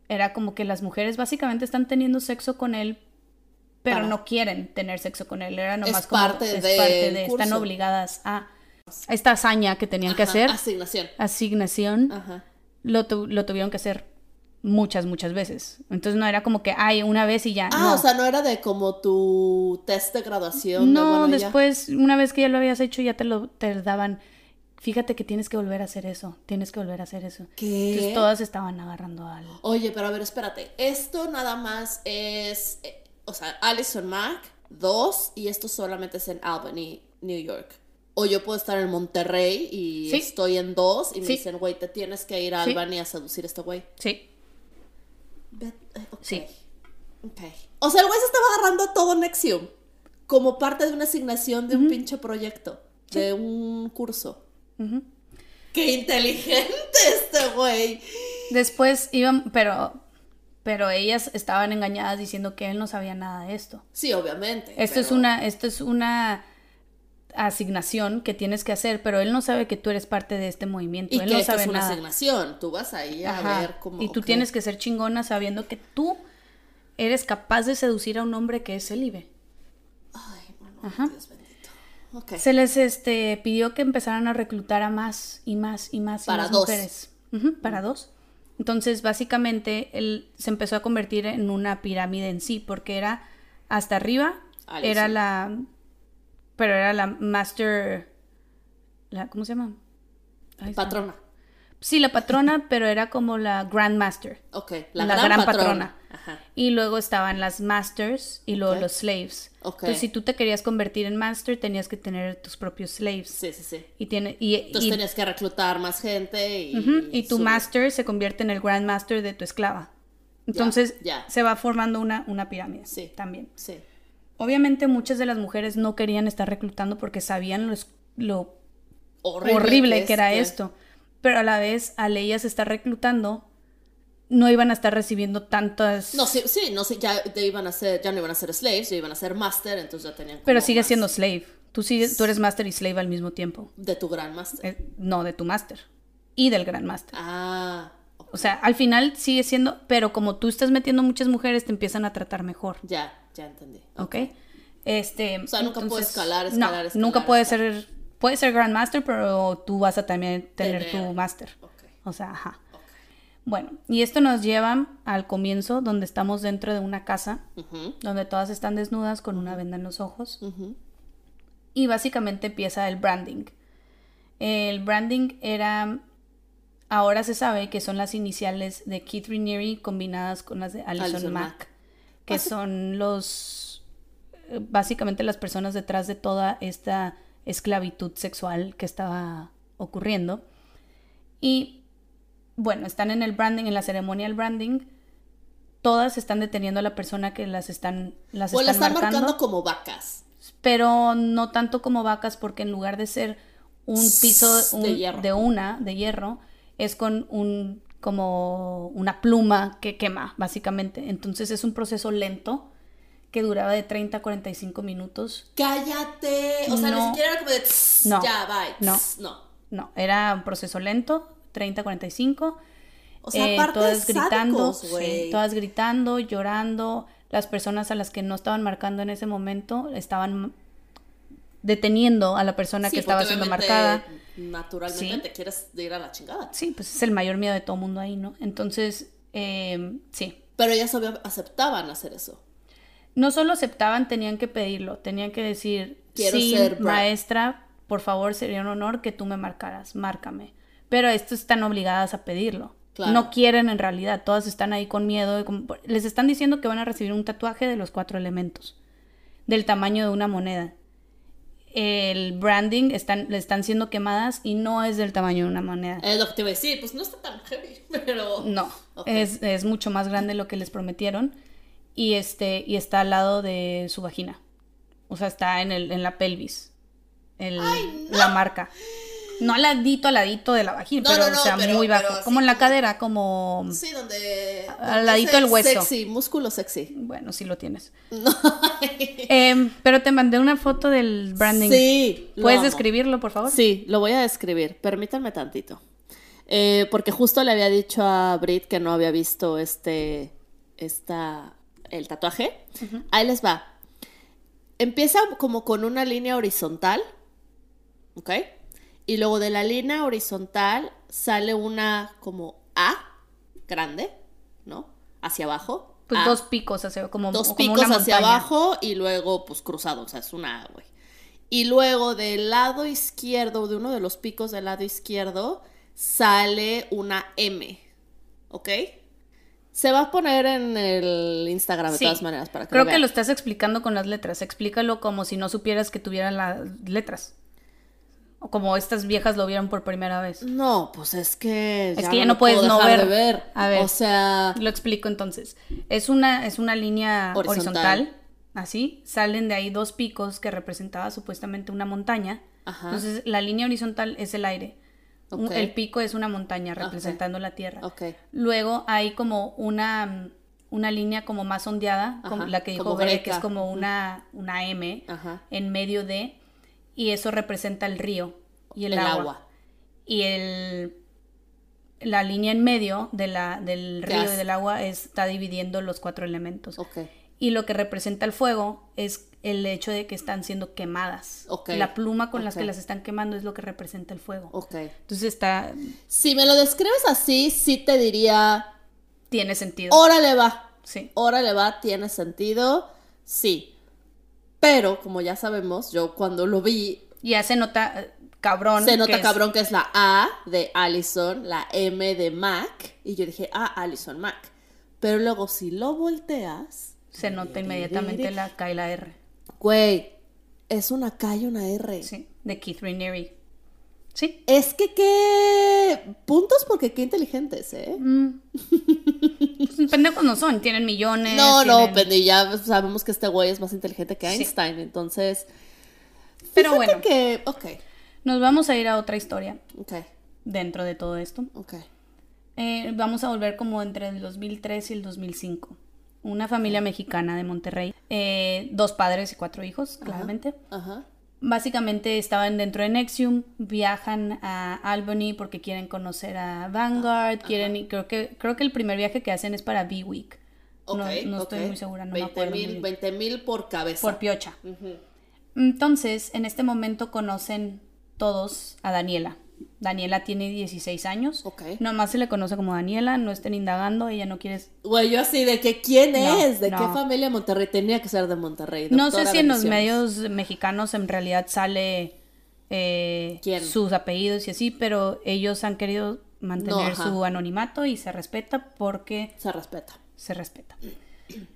era como que las mujeres básicamente están teniendo sexo con él, pero
Para-
no quieren tener sexo con él. Era nomás
Es
como
parte
es
del
parte de,
curso.
están obligadas a a esta hazaña que tenían que
Ajá, Ah.
hacer, Ah,
Asignación.
asignación,
Ajá.
lo, tu- lo tuvieron que hacer muchas, muchas veces. Entonces no era como que, ay, una vez y ya.
Ah,
no.
o sea, no era de como tu test de graduación.
No,
de, bueno, ya.
después, una vez que ya lo habías hecho, ya te lo te daban. Fíjate que tienes que volver a hacer eso, tienes que volver a hacer eso.
¿Qué?
Entonces todas estaban agarrando al...
Oye, pero a ver, espérate. Esto nada más es. eh, o sea, Allison Mack, dos, y esto solamente es en Albany, New York. O yo puedo estar en Monterrey y
Sí.
estoy en dos y me
Sí.
dicen, güey, te tienes que ir a
Sí.
Albany a seducir a este güey.
Sí,
Ve- eh, ok.
Sí.
Ok. O sea, el güey se estaba agarrando a todo Nexium como parte de una asignación de un pinche proyecto, de un curso.
Ujú.
¡Qué inteligente este güey!
Después iban, pero, pero ellas estaban engañadas diciendo que él no sabía nada de esto.
Sí, obviamente.
Esto es
pero-
una, esto es una asignación que tienes que hacer, pero él no sabe que tú eres parte de este movimiento.
Y
él
que
no
esto
sabe
es una
nada.
asignación. Tú vas ahí a
Ajá.
ver cómo.
y tú
ok.
tienes que ser chingona sabiendo que tú eres capaz de seducir a un hombre que es célibe.
Ay, bueno,
Ajá.
Dios bendito. Ok.
Se les este, pidió que empezaran a reclutar a más y más y más, y
Para
más
dos.
mujeres. Ujú, para dos. Entonces, básicamente, él se empezó a convertir en una pirámide en sí, porque era hasta arriba,
Alison.
era la. Pero era la master. La, ¿Cómo se llama? Ay,
Patrona.
Sí, la patrona, pero era como la grandmaster.
Ok.
La,
La,
gran, patrona.
Ajá.
Y luego estaban las masters y luego
Ok.
los slaves.
Ok.
Entonces, si tú te querías convertir en master, tenías que tener tus propios slaves.
Sí, sí, sí.
Y, tiene, y,
Entonces
y-
tenías que reclutar más gente y...
ujú, y tu
subir.
master se convierte en el grand master de tu esclava. Entonces,
ya.
se va formando una, una pirámide
Sí.
también.
Sí.
Obviamente, muchas de las mujeres no querían estar reclutando porque sabían los- lo
Horrible, este.
horrible,
es
que era esto. Pero a la vez, al ellas estar reclutando, no iban a estar recibiendo tantas.
No, sí, sí, no, sí, ya, te iban a ser, ya no iban a ser slaves, ya iban a ser master, entonces ya tenían como
Pero sigues
más
siendo slave. Tú, sigues, tú eres master y slave al mismo tiempo.
De tu gran master.
Eh, no, de tu master. Y del gran master.
Ah, ok,
O sea, al final sigue siendo. Pero como tú estás metiendo muchas mujeres, te empiezan a tratar mejor.
ya, ya entendí.
¿Ok? Este,
O sea, nunca puede
entonces,
escalar,
no,
escalar, escalar,
nunca puede ser, puede ser Grand Master, pero tú vas a también tener
Tener.
tu Master.
Ok,
O sea, ajá.
ok.
Bueno, y esto nos lleva al comienzo, donde estamos dentro de una casa,
Ujú,
donde todas están desnudas con una venda en los ojos,
ujú.
y básicamente empieza el branding. El branding era, ahora se sabe que son las iniciales de Keith Raniere combinadas con las de Alison,
Alison
Mack,
Mack.
que
Basi-
son los, eh, básicamente las personas detrás de toda esta esclavitud sexual que estaba ocurriendo. Y bueno, están en el branding, en la ceremonia del branding. Todas están deteniendo a la persona que las están, las
O la
están,
están
marcando
marcando como vacas.
pero no tanto como vacas porque en lugar de ser un piso
De
un-
hierro.
de una de hierro es con un como una pluma que quema básicamente entonces es un proceso lento que duraba de 30 a 45 minutos
¡Cállate! O sea, ni
No.
siquiera era como de... "Tss,
No.
Ya, bye.
No.
tss, no.
no era un proceso lento 30 a 45
O sea,
eh,
aparte
todas gritando
sádicos,
sí,
güey.
todas gritando llorando las personas a las que no estaban marcando en ese momento estaban deteniendo a la persona
Sí,
que estaba
porque
siendo
obviamente,
marcada
Naturalmente
Sí.
te quieres ir a la chingada.
Sí, pues es el mayor miedo de todo mundo ahí, ¿no? Entonces, eh, sí.
Pero ellas obvia- aceptaban hacer eso.
No solo aceptaban, tenían que pedirlo, tenían que decir,
Quiero
sí,
ser Brad".
maestra, por favor, sería un honor que tú me marcaras, márcame. Pero estos están obligadas a pedirlo.
Claro.
No quieren en realidad, todas están ahí con miedo. y como- les están diciendo que van a recibir un tatuaje de los cuatro elementos, del tamaño de una moneda. El branding están, le están siendo quemadas y no es del tamaño de una moneda.
Es lo que te iba a decir, pues no está tan heavy, pero...
No,
Ok.
es, es mucho más grande lo que les prometieron y este y está al lado de su vagina. O sea, está en el en la pelvis. El- la marca. No al ladito, al ladito de la vagina,
No,
pero
no,
o
no,
sea,
pero-
muy bajo,
pero
como en la
sí.
cadera, como
Sí, donde...
Al
donde
ladito
hace
el hueso.
Sexy, músculo sexy.
bueno, si lo tienes.
No.
Em, pero te mandé una foto del branding.
Sí. lo
¿Puedes
amo.
describirlo, por favor?
Sí, lo voy a describir. Permítanme tantito. Eh, porque justo le había dicho a Brit que no había visto este. Esta. El tatuaje. Ahí les va. Empieza como con una línea horizontal. ¿Ok? Y luego de la línea horizontal sale una como A grande, ¿no? Hacia abajo.
Pues
A
dos picos, o sea, como,
Ah. dos
como
picos
una
hacia
montaña.
abajo y luego pues cruzado, o sea, es una, güey. Y luego del lado izquierdo, de uno de los picos del lado izquierdo, sale una M, ¿ok? Se va a poner en el Instagram de
Sí.
todas maneras para que
Creo
lo
que
vean.
lo estás explicando con las letras. Explícalo como si no supieras que tuvieran las letras. O como estas viejas lo vieron por primera vez.
No, pues es que...
Es que ya no
lo
puedes
puedo
no
dejar de
ver.
ver.
A ver.
O sea,
Lo explico entonces. Es una, es una línea
Horizontal.
horizontal. Así. Salen de ahí dos picos que representaba supuestamente una montaña.
Ajá.
Entonces la línea horizontal es el aire. Un-
Ok.
El pico es una montaña representando la tierra.
ok.
Luego hay como una, una línea como más ondeada, como
Ajá,
la que dijo
como
Bere,
greca.
que es como una, una M
Ajá.
en medio de, y eso representa el río y el,
El
agua.
agua.
Y el, la línea en medio de la, del
¿Qué
río
hace?
y del agua está dividiendo los cuatro elementos.
Ok.
Y lo que representa el fuego es el hecho de que están siendo quemadas.
Ok,
La pluma con las
ok.
que las están quemando es lo que representa el fuego.
Ok.
Entonces está,
Si me lo describes así, sí te diría...
tiene sentido.
Órale va.
sí.
Órale, va, tiene sentido, sí. Pero, como ya sabemos, yo cuando lo vi,
Ya se nota eh, cabrón.
se nota
que es-
cabrón que es la A de Allison, la M de Mac, y yo dije, ah, Allison Mac. Pero luego si lo volteas,
Se nota inmediatamente la K y la R.
güey, es una K y una R.
Sí, de Keith Raniere. Sí.
Es que qué puntos porque qué inteligentes, ¿eh?
Mm. Pues, pendejos no son, tienen millones.
No, no, pues-
tienen-
pero ya sabemos que este güey es más inteligente que Einstein, entonces.
Pero
fíjate
bueno.
que. Ok,
Nos vamos a ir a otra historia
ok,
dentro de todo esto.
ok.
Eh, vamos a volver como entre el 2003 y el 2005. Una familia mexicana de Monterrey, eh, dos padres y cuatro hijos, claramente.
Ajá.
Básicamente estaban dentro de Nexium, viajan a Albany porque quieren conocer a Vanguard, quieren y creo que creo que el primer viaje que hacen es para B-Week. No, no
ok, ok.
estoy muy segura, no me
20
acuerdo. muy
mil,
bien.
20 mil por cabeza.
Por Piocha.
Ujú.
Entonces, en este momento conocen todos a Daniela. Daniela tiene 16 años.
Ok.
Nomás se le conoce como Daniela, no estén indagando, ella no quiere...
Güey, yo así, ¿de que quién
No,
es? ¿De qué
no.
familia de Monterrey? Tenía que ser de Monterrey.
No sé
Eh, doctora
si en los
Bendiciones.
medios mexicanos en realidad sale eh,
¿Quién?
sus apellidos y así, pero ellos han querido
No,
mantener
ajá.
su anonimato y se respeta porque
Se respeta.
se respeta.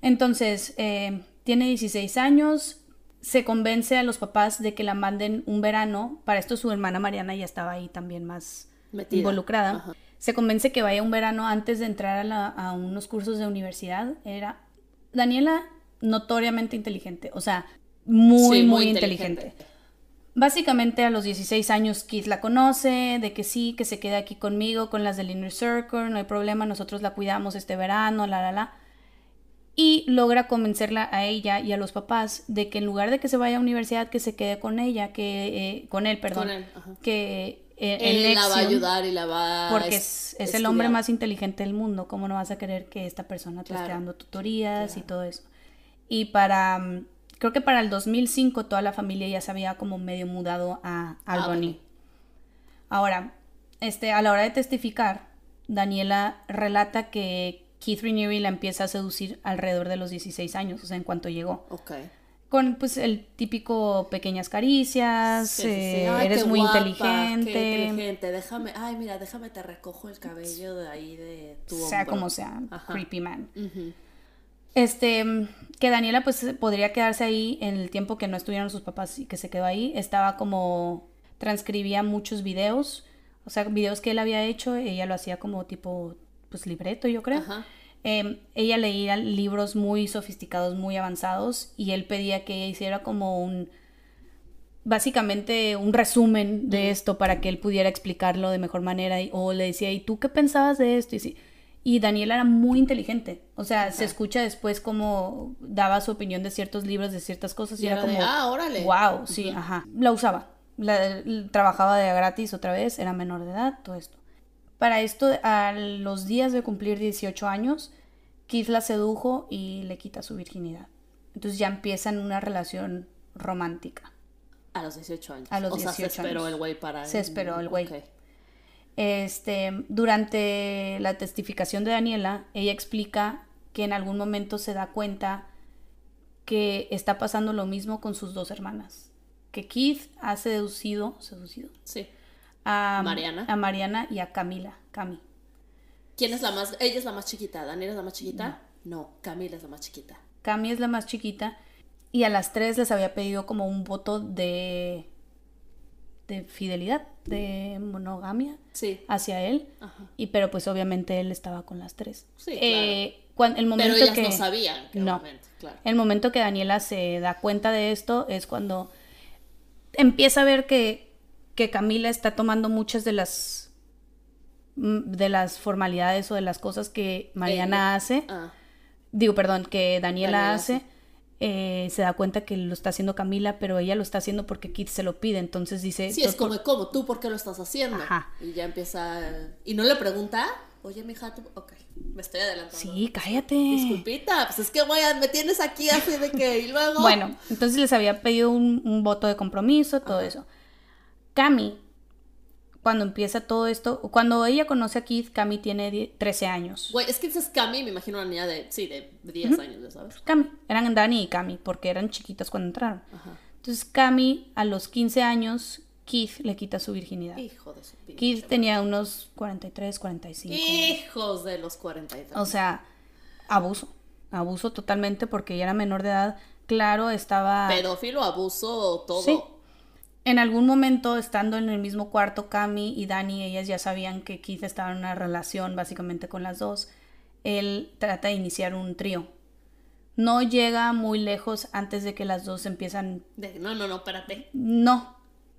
Entonces, eh, tiene 16 años, se convence a los papás de que la manden un verano. Para esto su hermana Mariana ya estaba ahí también más
Metida.
involucrada.
Ajá.
Se convence que vaya un verano antes de entrar a, la- a unos cursos de universidad. Era Daniela notoriamente inteligente, o sea, muy,
Sí,
muy, inteligente. Básicamente a los 16 años Keith la conoce, de que sí, que se quede aquí conmigo, con las del Inner Circle, no hay problema, nosotros la cuidamos este verano, la, la, la. Y logra convencerla a ella y a los papás de que en lugar de que se vaya a universidad, que se quede con ella, que eh, con él, perdón,
Con él, ajá.
que eh, en
Él la va a
Nexium,
ayudar y la va a
porque
es-
es, es el hombre
estudiar.
más inteligente del mundo, ¿cómo no vas a querer que esta persona te esté
Claro.
dando tutorías y
Claro.
todo eso? Y para, mm, creo que para el 2005 toda la familia ya se había como medio mudado
Ah,
a Albany.
Albany.
Ahora, este, a la hora de testificar, Daniela relata que Keith Raniere la empieza a seducir alrededor de los 16 años, o sea, en cuanto llegó
Ok.
con pues el típico pequeñas caricias,
Sí, sí, sí.
eh,
Ay,
eres
qué
muy
guapa,
inteligente,
Qué inteligente. Déjame, ay, mira, déjame te recojo el cabello de ahí de tu hombro.
sea como sea,
Ajá.
creepy man.
Ujú.
Este, mm, que Daniela pues podría quedarse ahí en el tiempo que no estuvieron sus papás y que se quedó ahí, estaba como transcribía muchos videos, o sea, videos que él había hecho, ella lo hacía como tipo pues libreto, yo creo.
Ajá.
Eh, ella leía libros muy sofisticados, muy avanzados, y él pedía que ella hiciera como un, básicamente un resumen de esto para que él pudiera explicarlo de mejor manera, y- o le decía, ¿y tú qué pensabas de esto? Y, si- y Daniela era muy inteligente, o sea, se escucha después como daba su opinión de ciertos libros, de ciertas cosas, y,
Y
era,
era de,
como,
"Ah, órale".
wow, sí, ajá, la usaba, La- l- trabajaba de gratis otra vez, era menor de edad, todo esto. Para esto, a los días de cumplir 18 años, Keith la sedujo y le quita su virginidad. Entonces ya empiezan una relación romántica.
A los 18 años.
A los
o sea,
18
se esperó
años.
el güey para.
Se esperó el güey.
Ok.
Este, durante la testificación de Daniela, ella explica que en algún momento se da cuenta que está pasando lo mismo con sus dos hermanas. Que Keith ha seducido, seducido
Sí.
a
Mariana.
a Mariana y a Camila, Cami.
¿Quién es la más? Ella es la más chiquita. ¿Daniela es la más chiquita? No, Camila es la más chiquita.
Cami es la más chiquita y a las tres les había pedido como un voto de de fidelidad, de monogamia
Sí.
hacia él.
Ajá.
Y pero pues obviamente él estaba con las tres.
Sí,
Eh, cuan- el momento
Pero ellas
que
no sabían. Que
No. Eh,
obviamente, claro.
el momento que Daniela se da cuenta de esto es cuando empieza a ver que, que Camila está tomando muchas de las mm, de las formalidades o de las cosas que Mariana hace
Ah,
digo, perdón, que Daniela,
Daniela
hace,
hace.
eh, se da cuenta que lo está haciendo Camila, pero ella lo está haciendo porque Keith se lo pide, entonces dice...
sí, es como,
"Entonces,
¿cómo? ¿Tú por qué lo estás haciendo?
Ajá.
Y ya empieza. Y no le pregunta, oye, mija, tú. Ok, me estoy adelantando.
Sí, cállate.
Disculpita, pues es que, güey, me tienes aquí así de que. Y luego.
Bueno, entonces les había pedido un, un voto de compromiso, todo eso. Cami, cuando empieza todo esto, cuando ella conoce a Keith, Cami tiene die- 13 años.
Güey, es que dices Cami, me imagino una niña de. Sí, de 10 años, ya sabes.
Cami, eran Dani y Cami, porque eran chiquitas cuando entraron.
Ajá.
Entonces Cami, a los 15 años, Keith le quita su virginidad.
Hijo de su pinche
Keith tenía unos 43, 45.
Hijos de los 43.
O sea, abuso, abuso totalmente porque ella era menor de edad, claro, estaba...
Pedófilo, abuso, todo.
Ah. Sí. En algún momento, estando en el mismo cuarto, Cami y Dani, ellas ya sabían que Keith estaba en una relación básicamente con las dos. Él trata de iniciar un trío. No llega muy lejos antes de que las dos empiezan...
De- no, no, no, espérate.
No,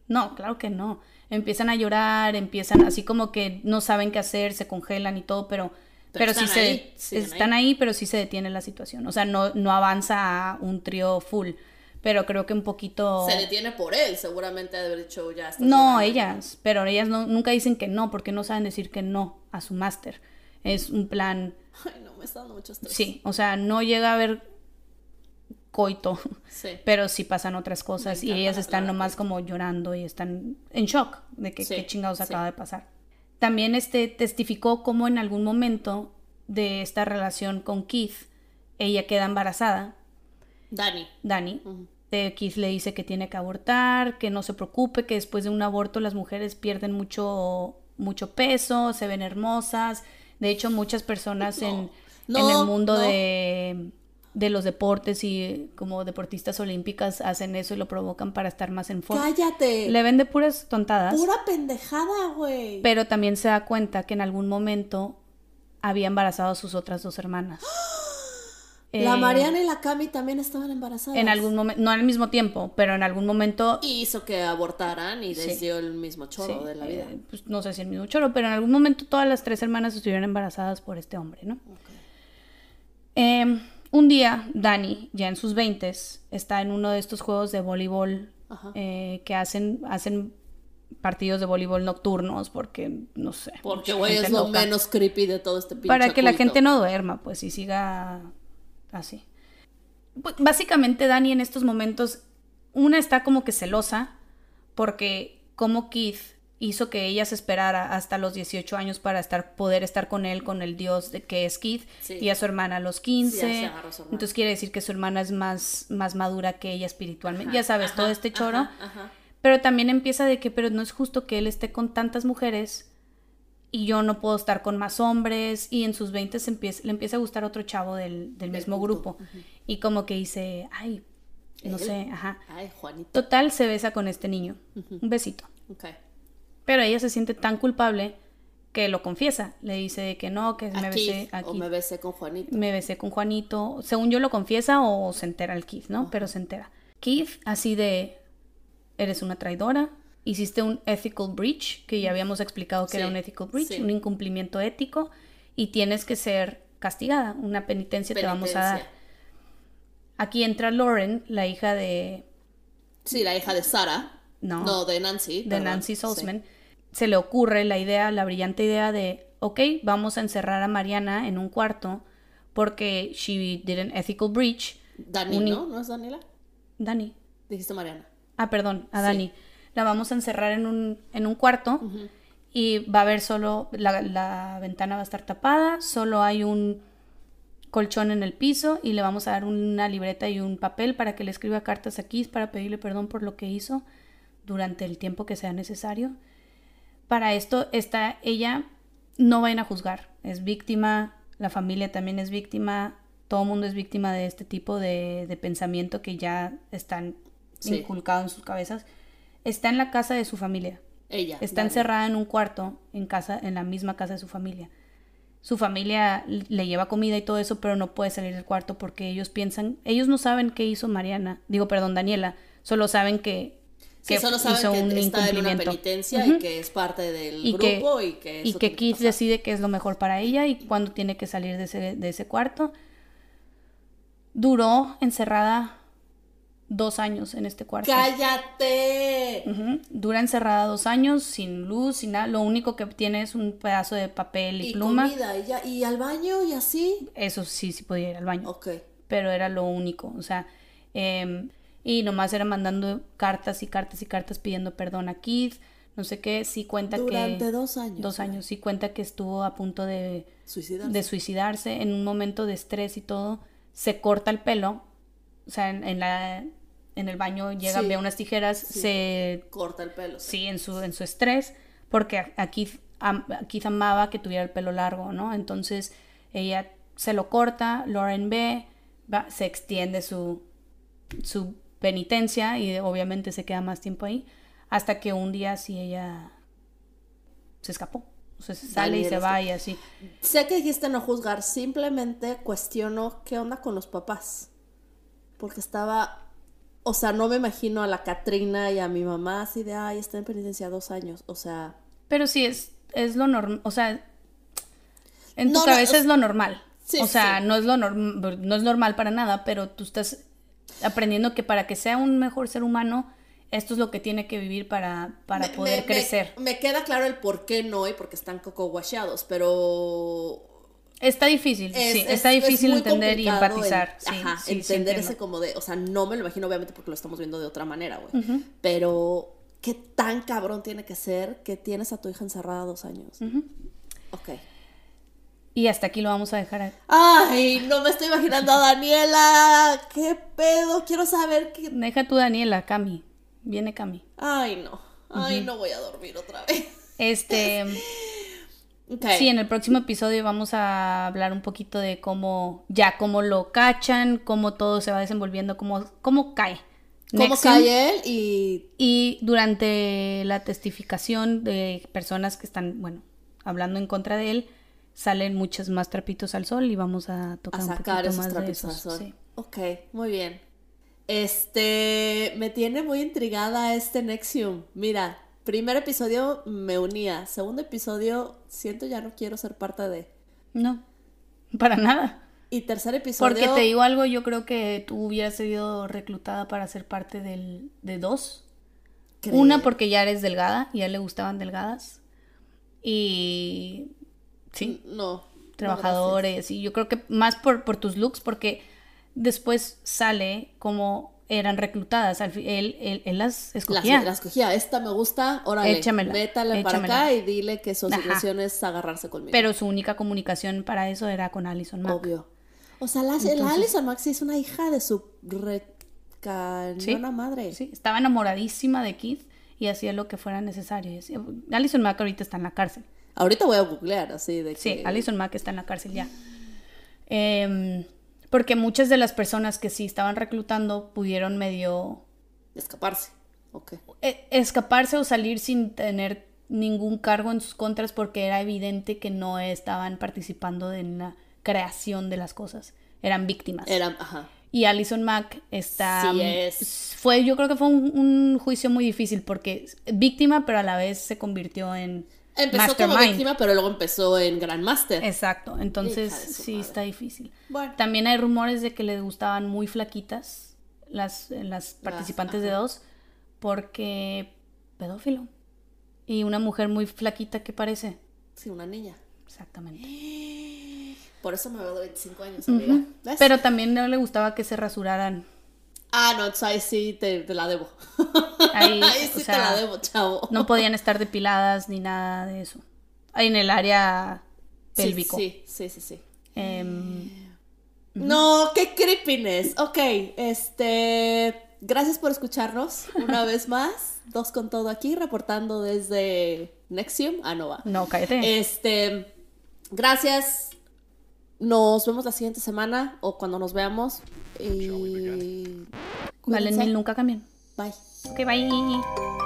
no, claro que no. Empiezan a llorar, empiezan así como que no saben qué hacer, se congelan y todo, pero... Pero,
Pero
sí
están
se
ahí, siguen
están ahí. pero sí se detiene la situación. O sea, no, no avanza a un trío full. Pero creo que un poquito.
Se detiene por él, seguramente ha de haber dicho ya. está llorando".
No, ellas, pero ellas no, nunca dicen que no, porque no saben decir que no a su máster. Es un plan,
Ay, no, me está dando mucho estrés.
sí, o sea, no llega a haber coito,
Sí.
pero sí pasan otras cosas y
encanta
ellas
la
están
palabra
nomás como llorando y están en shock de que
Sí,
qué chingados
sí.
acaba de pasar. También este testificó cómo en algún momento de esta relación con Keith, ella queda embarazada,
Dani.
Dani,
Ujú.
eh, Keith le dice que tiene que abortar, que no se preocupe, que después de un aborto las mujeres pierden mucho, mucho peso, se ven hermosas. De hecho, muchas personas en,
No,
en
no,
el mundo
no.
de, de los deportes y como deportistas olímpicas hacen eso y lo provocan para estar más en forma.
Cállate.
Le vende puras tontadas,
Pura pendejada, güey.
pero también se da cuenta que en algún momento había embarazado a sus otras dos hermanas.
La
Eh,
Mariana y la Cami también estaban embarazadas.
En algún momento, no al mismo tiempo, pero en algún momento
Y hizo que abortaran y les
Sí.
dio el mismo choro
Sí,
de la vida.
eh, pues, no sé si el mismo choro, pero en algún momento todas las tres hermanas estuvieron embarazadas por este hombre, ¿no? Eh, un día, Dani, ya en sus 20, está en uno de estos juegos de voleibol
Ajá.
eh, que hacen, hacen partidos de voleibol nocturnos porque, no sé.
Porque,
mucha
güey,
gente
es lo
loca.
menos creepy de todo este pinche
Para que la
culto.
gente no duerma, pues, y siga así. Bu- Básicamente, Dani en estos momentos, una está como que celosa, porque como Keith hizo que ella se esperara hasta los 18 años para estar, poder estar con él, con el dios de, que es Keith,
Sí.
y a su hermana a los 15.
Sí, ya se agarró su hermana.
Entonces quiere decir que su hermana es más, más madura que ella espiritualmente.
Ajá,
ya sabes,
ajá,
todo este choro.
ajá, ajá.
Pero también empieza de que, pero no es justo que él esté con tantas mujeres y yo no puedo estar con más hombres. Y en sus 20 se empieza, le empieza a gustar otro chavo del,
Del
del mismo
culto,
grupo. Y como que dice, ay, no
Él.
sé, ajá.
Ay, Juanito.
Total, se besa con este niño. Un besito.
Ok.
Pero ella se siente tan culpable que lo confiesa. Le dice de que no, que me
Aquí,
besé aquí.
O me besé con Juanito.
Me besé con Juanito. Según yo lo confiesa o se entera el Keith, ¿no? Pero se entera. Keith, así de, eres una traidora, hiciste un ethical breach, que ya habíamos explicado que era
Sí,
un ethical breach,
sí.
un incumplimiento ético, y tienes que ser castigada, una penitencia, te vamos a dar.
Penitencia.
Aquí entra Lauren, la hija de,
Sí, la hija de Sara.
No.
No, de Nancy.
de
perdón.
Nancy
Sí.
Salzman. Se le ocurre la idea, la brillante idea de, ok, vamos a encerrar a Mariana en un cuarto porque she did an ethical breach.
Dani,
Uni-
¿no? ¿No es Daniela?
Dani.
Dijiste Mariana.
Ah, perdón, a
Sí.
Dani. La vamos a encerrar en un, en un cuarto y va a haber solo, la, la ventana va a estar tapada, solo hay un colchón en el piso y le vamos a dar una libreta y un papel para que le escriba cartas aquí para pedirle perdón por lo que hizo durante el tiempo que sea necesario. Para esto está ella, no vayan a juzgar, es víctima, la familia también es víctima, todo el mundo es víctima de este tipo de, de pensamiento que ya están
Sí.
inculcados en sus cabezas. Está en la casa de su familia,
Ella.
está
Dani.
encerrada en un cuarto en casa, en la misma casa de su familia. Su familia l- le lleva comida y todo eso, pero no puede salir del cuarto porque ellos piensan, ellos no saben qué hizo Mariana, digo, perdón, Daniela, solo saben que,
Sí,
que
solo saben
hizo
que
un
está en una
incumplimiento.
penitencia y que es parte del
Y que-
grupo y que
y
eso
que
tiene
Keith
pasar.
decide que es lo mejor para ella y cuándo tiene que salir de ese, de ese cuarto. Duró encerrada dos años en este cuarto.
¡Cállate!
Ujú. Dura encerrada dos años, sin luz, sin nada. Lo único que tiene es un pedazo de papel y,
Y
pluma.
comida, y, ya- y al baño y así.
Eso sí, sí podía ir al baño.
Ok.
Pero era lo único. O sea, em, y nomás era mandando cartas y cartas y cartas pidiendo perdón a Keith. No sé qué, sí cuenta
Durante
que.
dos años.
Dos años, sí cuenta que estuvo a punto de
Suicidarse.
de suicidarse en un momento de estrés y todo, se corta el pelo, o sea, en, en la, en el baño llega,
Sí.
ve unas tijeras, se,
Corta el pelo.
sí, en su, en su estrés, porque aquí Keith, am- a Keith amaba que tuviera el pelo largo, ¿no? Entonces ella se lo corta, Lauren B. Va, se extiende su, su penitencia y obviamente se queda más tiempo ahí, hasta que un día sí ella se escapó. O sea, se sale Daniel, y se va y así.
Sé que dijiste no juzgar, simplemente cuestiono qué onda con los papás. Porque estaba o sea, no me imagino a la Catrina y a mi mamá así de, ay, está en penitencia dos años, o sea...
Pero sí, es, es lo normal, o sea, en tu no, cabeza no, es lo normal. Sí, o sea, sí. no, es lo no es normal para nada, pero tú estás aprendiendo que para que sea un mejor ser humano, esto es lo que tiene que vivir para, para me, poder
me,
crecer.
Me, me, queda claro el por qué no y por qué están coco guacheados, pero
Está difícil, es, sí, es, está difícil es entender y empatizar.
El,
sí,
ajá,
sí,
entender ese como de, o sea, no me lo imagino obviamente porque lo estamos viendo de otra manera, güey. Uh -huh. Pero, ¿qué tan cabrón tiene que ser que tienes a tu hija encerrada dos años? Uh -huh. Ok.
Y hasta aquí lo vamos a dejar. A...
Ay, no me estoy imaginando a Daniela. ¿Qué pedo? Quiero saber qué...
Deja tú Daniela, Cami. Viene Cami.
Ay, no. Ay, uh -huh. no voy a dormir otra vez.
Este... Okay. Sí, en el próximo episodio vamos a hablar un poquito de cómo, ya cómo lo cachan, cómo todo se va desenvolviendo, cómo, cómo cae.
Cómo Nexon, cae él y...
Y durante la testificación de personas que están, bueno, hablando en contra de él, salen muchos más trapitos al sol y vamos a tocar
a
un
sacar
poquito
esos
más
trapitos
de esos,
al sol.
Sí.
Ok, muy bien. Este, me tiene muy intrigada este Nexium. Mira, primer episodio me unía, segundo episodio siento ya no quiero ser parte de.
No, para nada.
Y tercer episodio.
Porque te digo algo, yo creo que tú hubieras sido reclutada para ser parte del, de dos. ¿Cree? Una porque ya eres delgada, ya le gustaban delgadas. Y sí.
Mm, No.
Trabajadores. No y yo creo que más por, por tus looks, porque después sale como eran reclutadas. Al él, él, él, las escogía.
Las, las escogía. Esta me gusta, órale, échamela, métala para acá y dile que su asignación Ajá. es agarrarse conmigo.
Pero su única comunicación para eso era con Alison Mack.
Obvio. O sea, la, Entonces, la Alison Mack sí es una hija de su recanona ¿sí? madre.
Sí, estaba enamoradísima de Keith y hacía lo que fuera necesario. Decía, Alison Mack ahorita está en la cárcel.
Ahorita voy a googlear así de que...
Sí, Alison Mack está en la cárcel ya. Eh, porque muchas de las personas que sí estaban reclutando pudieron medio... eh,
Escaparse. Okay.
Escaparse o salir sin tener ningún cargo en sus contras porque era evidente que no estaban participando en la creación de las cosas. Eran víctimas.
Eran, ajá.
Y Alison Mack está...
Sí es.
Fue, yo creo que fue un, un juicio muy difícil porque víctima, pero a la vez se convirtió en...
Empezó
Mastermind.
como víctima, pero luego empezó en Grandmaster.
Exacto, entonces sí madre. está difícil. Bueno. También hay rumores de que les gustaban muy flaquitas las, las participantes las, de dos, porque pedófilo. Y una mujer muy flaquita que parece.
Sí, una niña.
Exactamente.
Por eso me veo de 25 años, amiga. Uh
-huh. Pero también no le gustaba que se rasuraran.
Ah, no, entonces ahí sí te, te la debo.
Ahí,
ahí sí
o sea,
te la debo, chavo.
No podían estar depiladas ni nada de eso. Ahí en el área pélvico.
Sí, sí, sí, sí. sí.
Eh,
no, qué creepiness. Ok, este. Gracias por escucharnos una vez más. Dos con todo aquí, reportando desde Nexium Ah, a Nova.
No, cállate.
Este. Gracias. Nos vemos la siguiente semana o cuando nos veamos. Y...
Valen mil nunca cambien.
Bye.
Ok, bye.